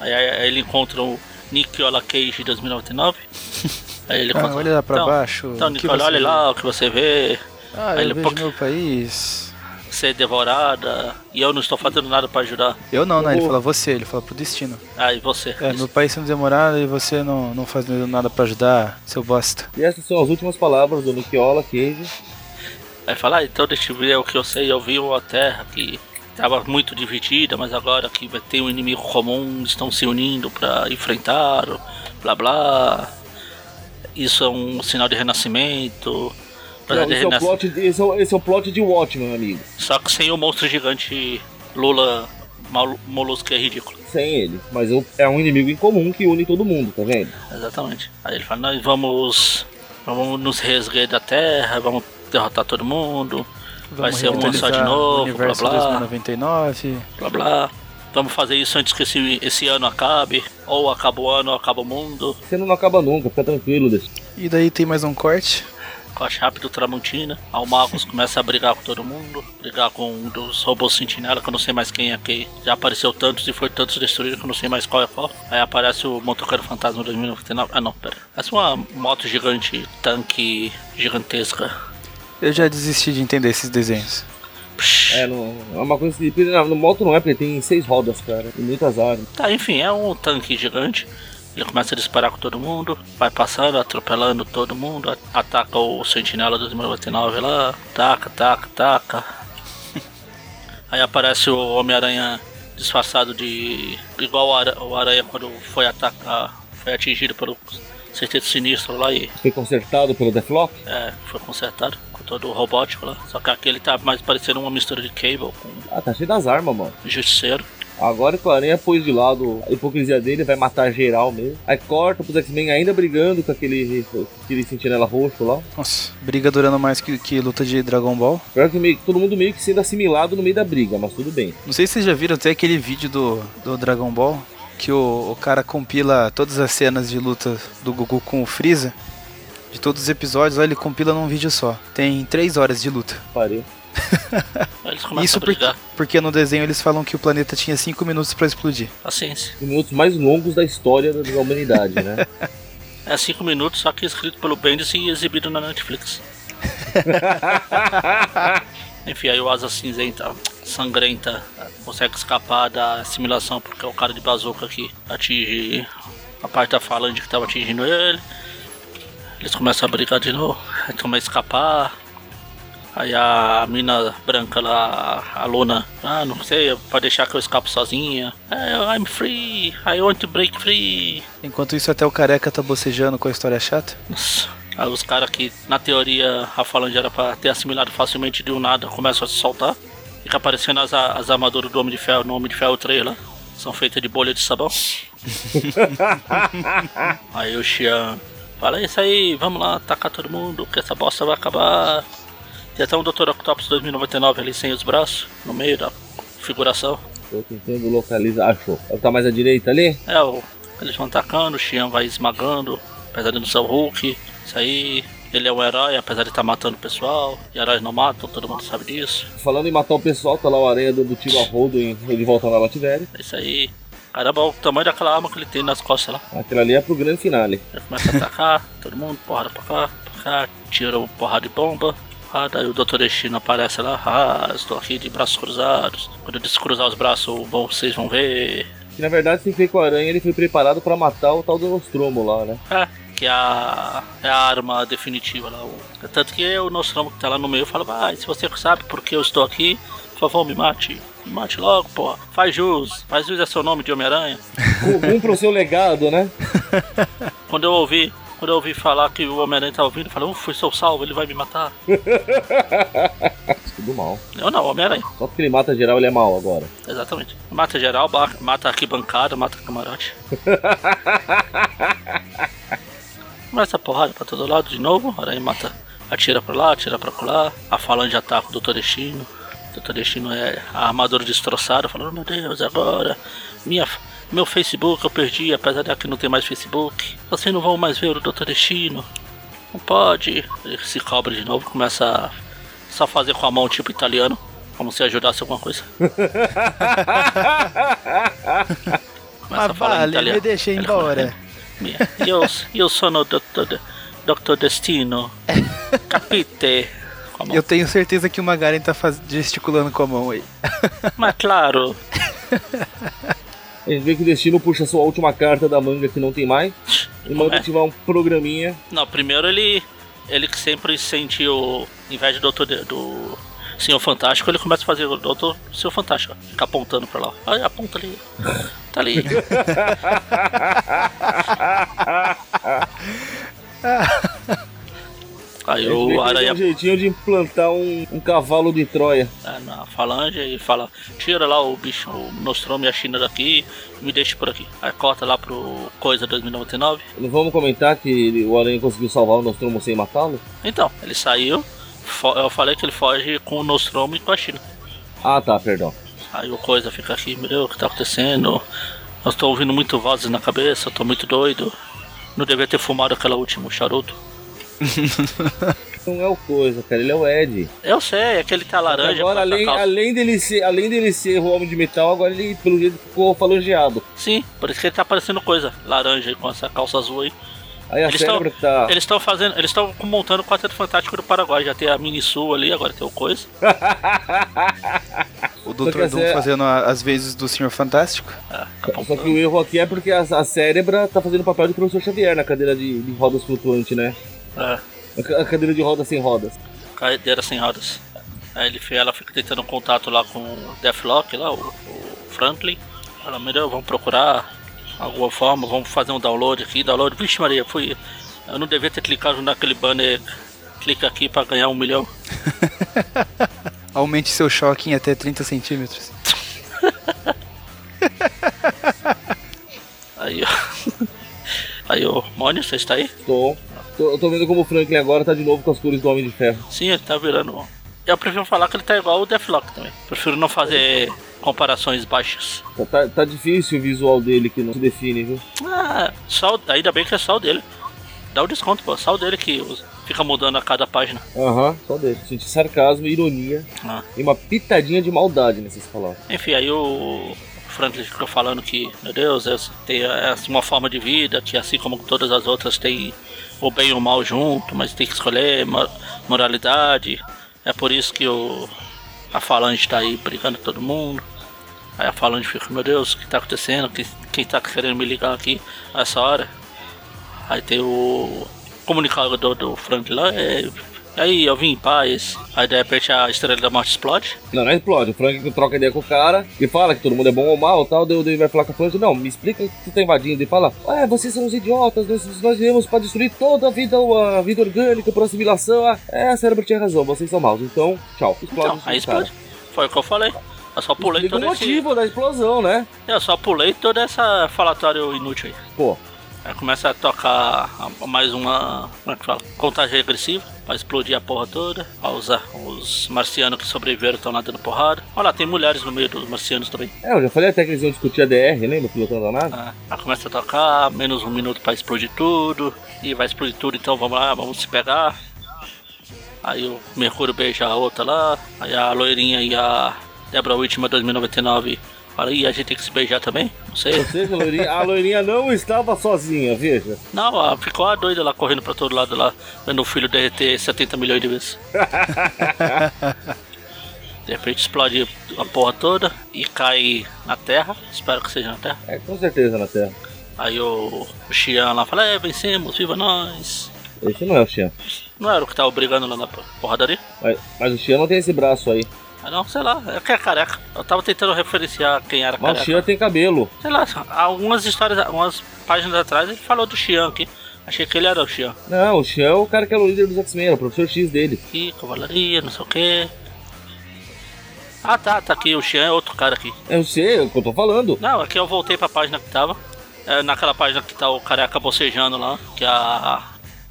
A: Aí, aí- aí ele encontra o Nicola Cage de 2099. Aí ele
B: Ah,
A: conta,
B: olha lá pra
A: então,
B: baixo,
A: Então,
B: o que
A: Nicola,
B: você
A: olha
B: vê?"
A: lá o que você vê.
B: Ah,
A: Aí
B: eu
A: ele,
B: vejo
A: "Pô,
B: meu país.
A: ser devorada e eu não estou fazendo nada para ajudar.
B: Eu não, né? Ele
C: Ô.
B: fala você, ele fala pro destino.
A: Ah, e você?
B: É, meu país sendo demorado e você não, não fazendo nada pra ajudar, seu bosta.
C: E essas são as últimas palavras do Nikiola Cage.
A: Aí fala, ah, então deixa eu ver o que eu sei. Eu vi uma terra que estava muito dividida, mas agora que vai ter um inimigo comum, estão se unindo para enfrentar, blá blá. Isso é um sinal de renascimento. Apesar
C: Não,
A: de
C: esse, é o
A: renasc-
C: plot, esse, é o, esse é o plot de Watchmen, amigo.
A: Só que sem o monstro gigante Lula Mal- Molusco é ridículo.
C: Sem ele. Mas eu- é um inimigo em comum que une todo mundo, tá vendo?
A: Exatamente. Aí ele fala, nós vamos. Vamos nos resguardar da terra, vamos derrotar todo mundo. vai ser uma só de
B: revitalizar o
A: novo, blá
B: Universo
A: blá.
B: 2099.
A: blá blá. Vamos fazer isso antes que esse, esse ano acabe, ou acaba o ano, ou acaba o mundo.
C: Você não acaba nunca, fica tranquilo, Deus.
B: E daí tem mais um corte.
A: Corte rápido, Tramontina. Aí o Marcos começa a brigar com todo mundo, brigar com um dos robôs sentinela, que eu não sei mais quem é quem. Já apareceu tantos e foi tantos destruídos que eu não sei mais qual é qual. Aí aparece o motoqueiro fantasma 2099. Ah não, pera. Essa é uma moto gigante, tanque gigantesca.
B: Eu já desisti de entender esses desenhos.
A: Psh.
C: É, não, é uma coisa que. na- No moto não é, porque ele tem seis rodas, cara. E muitas armas.
A: Tá, enfim, é um tanque gigante. Ele começa a disparar com todo mundo, vai passando, atropelando todo mundo, a- ataca o sentinela 2099 lá, taca, taca, taca. Aí aparece o Homem-Aranha disfarçado de. igual o, ara... o Aranha quando foi atacar, foi atingido pelo Certeto Sinistro lá e
C: Foi consertado pelo Deflock.
A: é, foi consertado, com todo robótico lá. Só que aquele tá mais parecendo uma mistura de cable com
C: Ah, tá cheio das armas, mano.
A: justiceiro.
C: Agora é que o Aranha pôs de lado a hipocrisia dele, vai matar geral mesmo. Aí corta pros X-Men ainda brigando com aquele, com aquele sentinela roxo lá.
B: Nossa, briga durando mais que, que luta de Dragon Ball.
C: Pior que meio- todo mundo meio que sendo assimilado no meio da briga, mas tudo bem.
B: Não sei se vocês já viram, tem aquele vídeo do, do Dragon Ball que o, o cara compila todas as cenas de luta do Goku com o Freeza. De todos os episódios, lá ele compila num vídeo só. Tem três horas de luta.
C: Pariu.
A: Aí eles começam
B: Isso
A: a
B: porque,
A: brigar.
B: porque no desenho eles falam que o planeta tinha cinco minutos pra explodir.
A: Paciência.
C: Os minutos mais longos da história da da humanidade, né?
A: É 5 minutos, só que escrito pelo Bendis e exibido na Netflix. Enfim, aí o Asa Cinzenta, sangrenta, consegue escapar da assimilação porque é o cara de bazuca que atinge a parte da falange que tava atingindo ele. Eles começam a brigar de novo, aí toma a escapar. Aí a mina branca lá, a Luna, ah, não sei, pode deixar que eu escapo sozinha. "Ah, I'm free, I want to break free.
B: Enquanto isso, até o careca tá bocejando com a história chata.
A: Nossa, Aí os caras que, na teoria, a falange era pra ter assimilado facilmente do nada, começam a se soltar. Fica aparecendo as, a- as armaduras do Homem de Ferro, no Homem de Ferro 3 lá. São feitas de bolha de sabão. aí o Xian fala, "É isso aí, vamos lá, atacar todo mundo, que essa bosta vai acabar. Tem até um Dr. Octopus 2099 ali sem os braços, no meio da figuração.
C: Tô tentando localizar. Achou. Ela tá mais à direita ali?
A: É, o- eles vão atacando, o Xian vai esmagando, apesar de não ser o Hulk. Isso aí, ele é um herói, apesar de estar matando o pessoal. E heróis não matam, todo mundo sabe disso.
C: Falando em matar o pessoal, tá lá o Aranha dando tiro a rodo em ele voltando na Lativéria.
A: É isso aí. Caramba, o tamanho daquela arma que ele tem nas costas lá.
C: Aquilo ali é pro grande finale.
A: Ele começa a atacar, todo mundo, porrada pra cá, pra cá, tira uma porrada de bomba. Ah, daí o Dr. Destino aparece lá, ah, estou aqui de braços cruzados. Quando eu descruzar os braços, bom, vocês vão ver.
C: Que na verdade tem que ver com o Aranha, ele foi preparado pra matar o tal do Nostromo lá, né?
A: É, que é a, é a arma definitiva lá. o- Tanto que o Nostromo que tá lá no meio fala, ah, se você sabe por que eu estou aqui, por favor me mate. Me mate logo, pô. Faz jus, faz jus a seu nome de Homem-Aranha.
C: Cumpra o Um, seu legado, né?
A: Quando eu ouvi, quando eu ouvi falar que o Homem-Aranha tava vindo, eu falei, ufa, sou salvo, ele vai me matar.
C: Tudo mal.
A: Eu não, Homem-Aranha.
C: Só porque ele mata geral, ele é mal agora.
A: Exatamente. Mata geral, ba- mata arquibancada, mata camarote. Começa a porrada pra todo lado de novo. Aranha mata. Atira pra lá, atira pra lá. A falange ataca o Dr. Destino. O Dr. Destino é a armadura destroçada. Falando, meu Deus, agora. Minha, f- meu Facebook eu perdi, apesar de que não tem mais Facebook. Vocês não vão mais ver o Dr. Destino. Não pode. Ele se cobra de novo, começa a só fazer com a mão tipo italiano. Como se ajudasse alguma coisa. Começa a
B: Mas
A: falar em
B: Ah, vale,
A: italiano.
B: me deixa
A: Ele
B: embora.
A: Mia, Io, io sono dottor, dottor Destino. Capite? com a mão.
B: Eu tenho certeza que o Magaren tá faz- gesticulando com a mão aí.
A: Mas claro,
C: A gente vê que o destino puxa sua última carta da manga que não tem mais e manda
A: É.
C: ativar um programinha.
A: Não, primeiro ele. Ele que sempre sentiu inveja do Doutor de- do Senhor Fantástico, ele começa a fazer o Doutor Senhor Fantástico, ó, fica apontando pra lá. Olha, aponta ali. Tá ali.
C: A
A: Aí
C: gente vê que
A: o
C: ele deu
A: Aranha
C: um jeitinho de implantar um, um cavalo de Troia.
A: é, na falange e fala: Tira lá o bicho, o Nostromo e a China daqui e me deixa por aqui. Aí corta lá pro Coisa 2099.
C: Não vamos comentar que ele- o Aranha conseguiu salvar o Nostromo sem matá-lo?
A: Então, ele saiu. fo- Eu falei que ele foge com o Nostromo e com a China.
C: Ah tá, perdão.
A: Aí o coisa fica aqui, meu Deus, o que tá acontecendo? Eu tô ouvindo muito vozes na cabeça, eu tô muito doido. Não devia ter fumado aquela última charuto.
C: Não é o coisa, cara, ele é o Ed.
A: Eu sei, é que ele tá laranja. com essa
C: agora, além,
A: calça.
C: além, dele ser, além dele ser o homem de metal, agora ele, pelo jeito, ficou falangeado.
A: Sim, por isso que ele tá parecendo coisa. Laranja aí com essa calça azul aí.
C: Aí a
A: Eles tão-
C: cérebro tá.
A: Eles estão fazendo. Eles estão montando o Quarteto Fantástico do Paraguai. Já tem a Mini Sul ali, agora tem o Coisa.
B: O
C: Só que
B: Dr. Doom
C: essa é-
B: fazendo a- as vezes do Senhor Fantástico.
A: Ah, tá bom.
C: Só que o erro aqui é porque a, a cérebra tá fazendo o papel de professor Xavier na cadeira de, de rodas flutuante, né?
A: Ah,
C: A ca- A cadeira de rodas sem rodas.
A: é, cadeira sem rodas. Aí ele, fe- ela fica tentando contato lá com o Deathlock, lá, o, o Franklin. Ela, meu Deus, vamos procurar alguma forma, vamos fazer um download aqui. Download, vixe Maria, fui. Eu não devia ter clicado naquele banner. Clica aqui pra ganhar um milhão.
B: Aumente seu choque em até 30 centímetros.
A: Aí, ó. Aí, ô, Mônio, você está aí?
C: Tô, tô. Eu tô vendo como o Franklin agora tá de novo com as cores do Homem de Ferro.
A: Sim, ele tá virando. Eu prefiro falar que ele tá igual o Deathlock também. Prefiro não fazer comparações baixas.
C: Tá, tá- tá difícil o visual dele que não se define, viu?
A: Ah, só, o- ainda bem que é só o dele. Dá o desconto, pô. Só o dele que os- fica mudando a cada página.
C: Aham, só deixa. Senti sarcasmo, ironia
A: Ah.
C: e uma pitadinha de maldade nessas palavras.
A: Enfim, aí o Franklin fica falando que, meu Deus, essa- tem essa- uma forma de vida que, assim como todas as outras, tem o bem e o mal junto, mas tem que escolher mo- moralidade. É por isso que o, a Falange está aí brigando com todo mundo. Aí a Falange fica, meu Deus, o que está acontecendo? Que- Quem está querendo me ligar aqui a essa hora? Aí tem o comunicador do Frank lá, é, aí eu vim em paz. Aí de repente a estrela da morte explode.
C: Não, não explode. O Franklin troca ideia com o cara e fala que todo mundo é bom ou mal tal. Daí o Dave vai falar com o Franklin: Não, me explica o que tu tá invadindo. E fala: É, vocês são os idiotas. Nós, nós viemos pra destruir toda a vida, a vida orgânica por assimilação. Ah, É, cérebro tinha razão. Vocês são maus. Então, tchau. Explode.
A: Então, aí
C: esse cara.
A: explode. Foi o que eu falei. Eu só pulei
C: Explica o
A: todo esse.
C: motivo da explosão, né?
A: Eu só pulei toda essa falatório inútil aí.
C: Pô,
A: Aí começa a tocar a- mais uma. Como é que fala? Contagem regressiva. Pra explodir a porra toda. Ó, Os, os marcianos que sobreviveram estão lá dando porrada. Olha lá, tem mulheres no meio dos marcianos também.
C: é, eu já falei até que eles iam discutir a DR, lembra? Pilotando a nave.
A: Ah, Aí começa a tocar, menos um minuto pra explodir tudo. E vai explodir tudo, então vamos lá, vamos se pegar. Aí o Mercúrio beija a outra lá. Aí a loirinha e a Debra Whitman 2099 fala, ih, a gente tem que se beijar também? Não sei.
C: Ou seja, a loirinha, a loirinha não estava sozinha, veja.
A: Não, ah, ficou a doida lá correndo pra todo lado lá, vendo o filho derreter 70 milhões de vezes. De repente explode a porra toda e cai na terra. Espero que seja na terra.
C: É, com certeza na Terra.
A: Aí o Xian lá fala, é, vencemos, viva nós.
C: Esse não é o Xian.
A: Não era o que tava brigando lá na porradaria?
C: Mas, mas o Xian não tem esse braço aí.
A: Ah, não, sei lá, é que é careca. Eu tava tentando referenciar quem era
C: Mas o
A: careca.
C: Xian tem cabelo.
A: Sei lá, algumas histórias, algumas páginas atrás ele falou do Xian aqui. Achei que ele era o Xian.
C: Não, o Xian é o cara que era o líder dos X-Men, era o professor X dele.
A: Aqui, cavalaria, não sei o que. Ah tá, tá aqui, o Xian é outro cara aqui.
C: Eu sei, é o que eu tô falando.
A: Não, aqui eu voltei pra página que tava. É, naquela página que tá o careca bocejando lá, que a,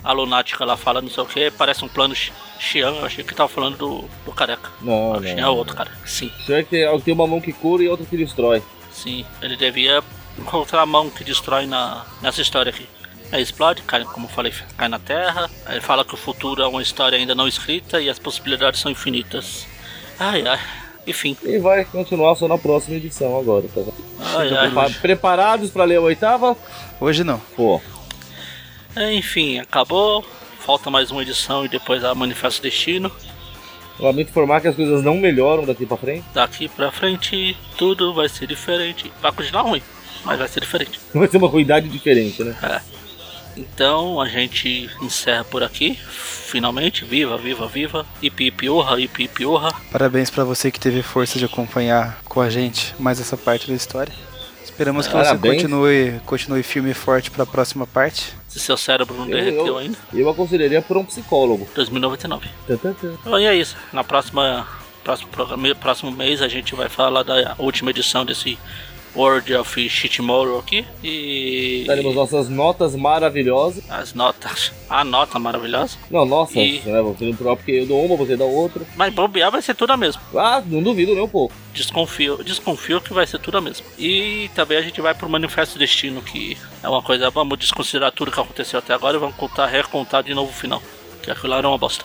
A: a lunática lá fala não sei o que, parece um plano Xi- Xian, eu achei que tava falando do, do careca.
C: Não,
A: o
C: não,
A: Xian é
C: não.
A: outro cara. Sim,
C: O Xian é que tem, é o que tem uma mão que cura e outra que destrói.
A: sim. Ele devia encontrar a mão que destrói na, nessa história aqui. Aí explode, cai, como eu falei, cai na terra. Aí fala que o futuro é uma história ainda não escrita e as possibilidades são infinitas. Ai ai. Enfim.
C: E vai continuar só na próxima edição agora, tá? vendo?
A: Ai,
C: Então,
A: ai.
C: prepa- preparados pra ler a oitava?
B: Hoje não.
C: Pô,
A: Enfim, acabou. Falta mais uma edição e depois a Manifesto Destino.
C: Lamento informar que as coisas não melhoram daqui pra frente.
A: Daqui pra frente tudo vai ser diferente. Vai continuar ruim, mas vai ser diferente.
C: Vai ser é uma ruindade diferente, né?
A: É. Então a gente encerra por aqui. Finalmente, viva, viva, viva. Ipi, ipi, orra, ipi, ipi, orra.
B: Parabéns pra você que teve força de acompanhar com a gente mais essa parte da história. Esperamos que você
C: Parabéns.
B: continue, continue firme e forte pra próxima parte.
A: Se seu cérebro não
C: Eu,
A: derreteu
C: eu,
A: É, ainda,
C: eu aconselharia por um psicólogo.
A: 2099.
C: Tã, tã, tã.
A: Então é isso. Na próxima próximo programa, próximo mês a gente vai falar da última edição desse World of Shitmore aqui e
C: Daremos nossas notas maravilhosas.
A: as notas, a nota maravilhosa.
C: Não, nossa,
A: E-
C: né? Vou fazer um próprio porque eu dou uma, você dá outra.
A: Mas bobear vai ser tudo a mesma.
C: Ah, não duvido nem um pouco.
A: Desconfio, desconfio que vai ser tudo a mesma. E também a gente vai pro Manifesto Destino, que é uma coisa, vamos desconsiderar tudo que aconteceu até agora e vamos contar, recontar de novo o final. Que aquilo lá era uma bosta.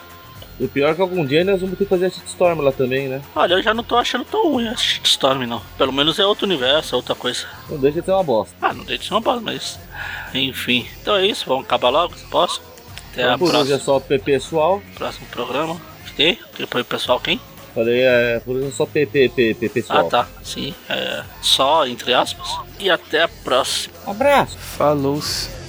C: E o pior é que algum dia nós vamos ter que fazer a shitstorm lá também, né?
A: Olha, eu já não tô achando tão ruim a Shitstorm, não. Pelo menos é outro universo, é outra coisa.
C: Não deixa de ser uma bosta.
A: Ah, não dei de São Paulo, mas. Enfim. Então é isso, vamos acabar logo, se posso. Até
C: então,
A: o
C: por hoje é
A: próximo,
C: só PP pessoal.
A: próximo programa. Fiquei? Depois o pessoal quem?
C: Falei, é, por hoje é só PP, PP pessoal.
A: Ah tá, sim. É, só entre aspas. E até a próxima.
C: Um Abraço.
B: Falou! -se.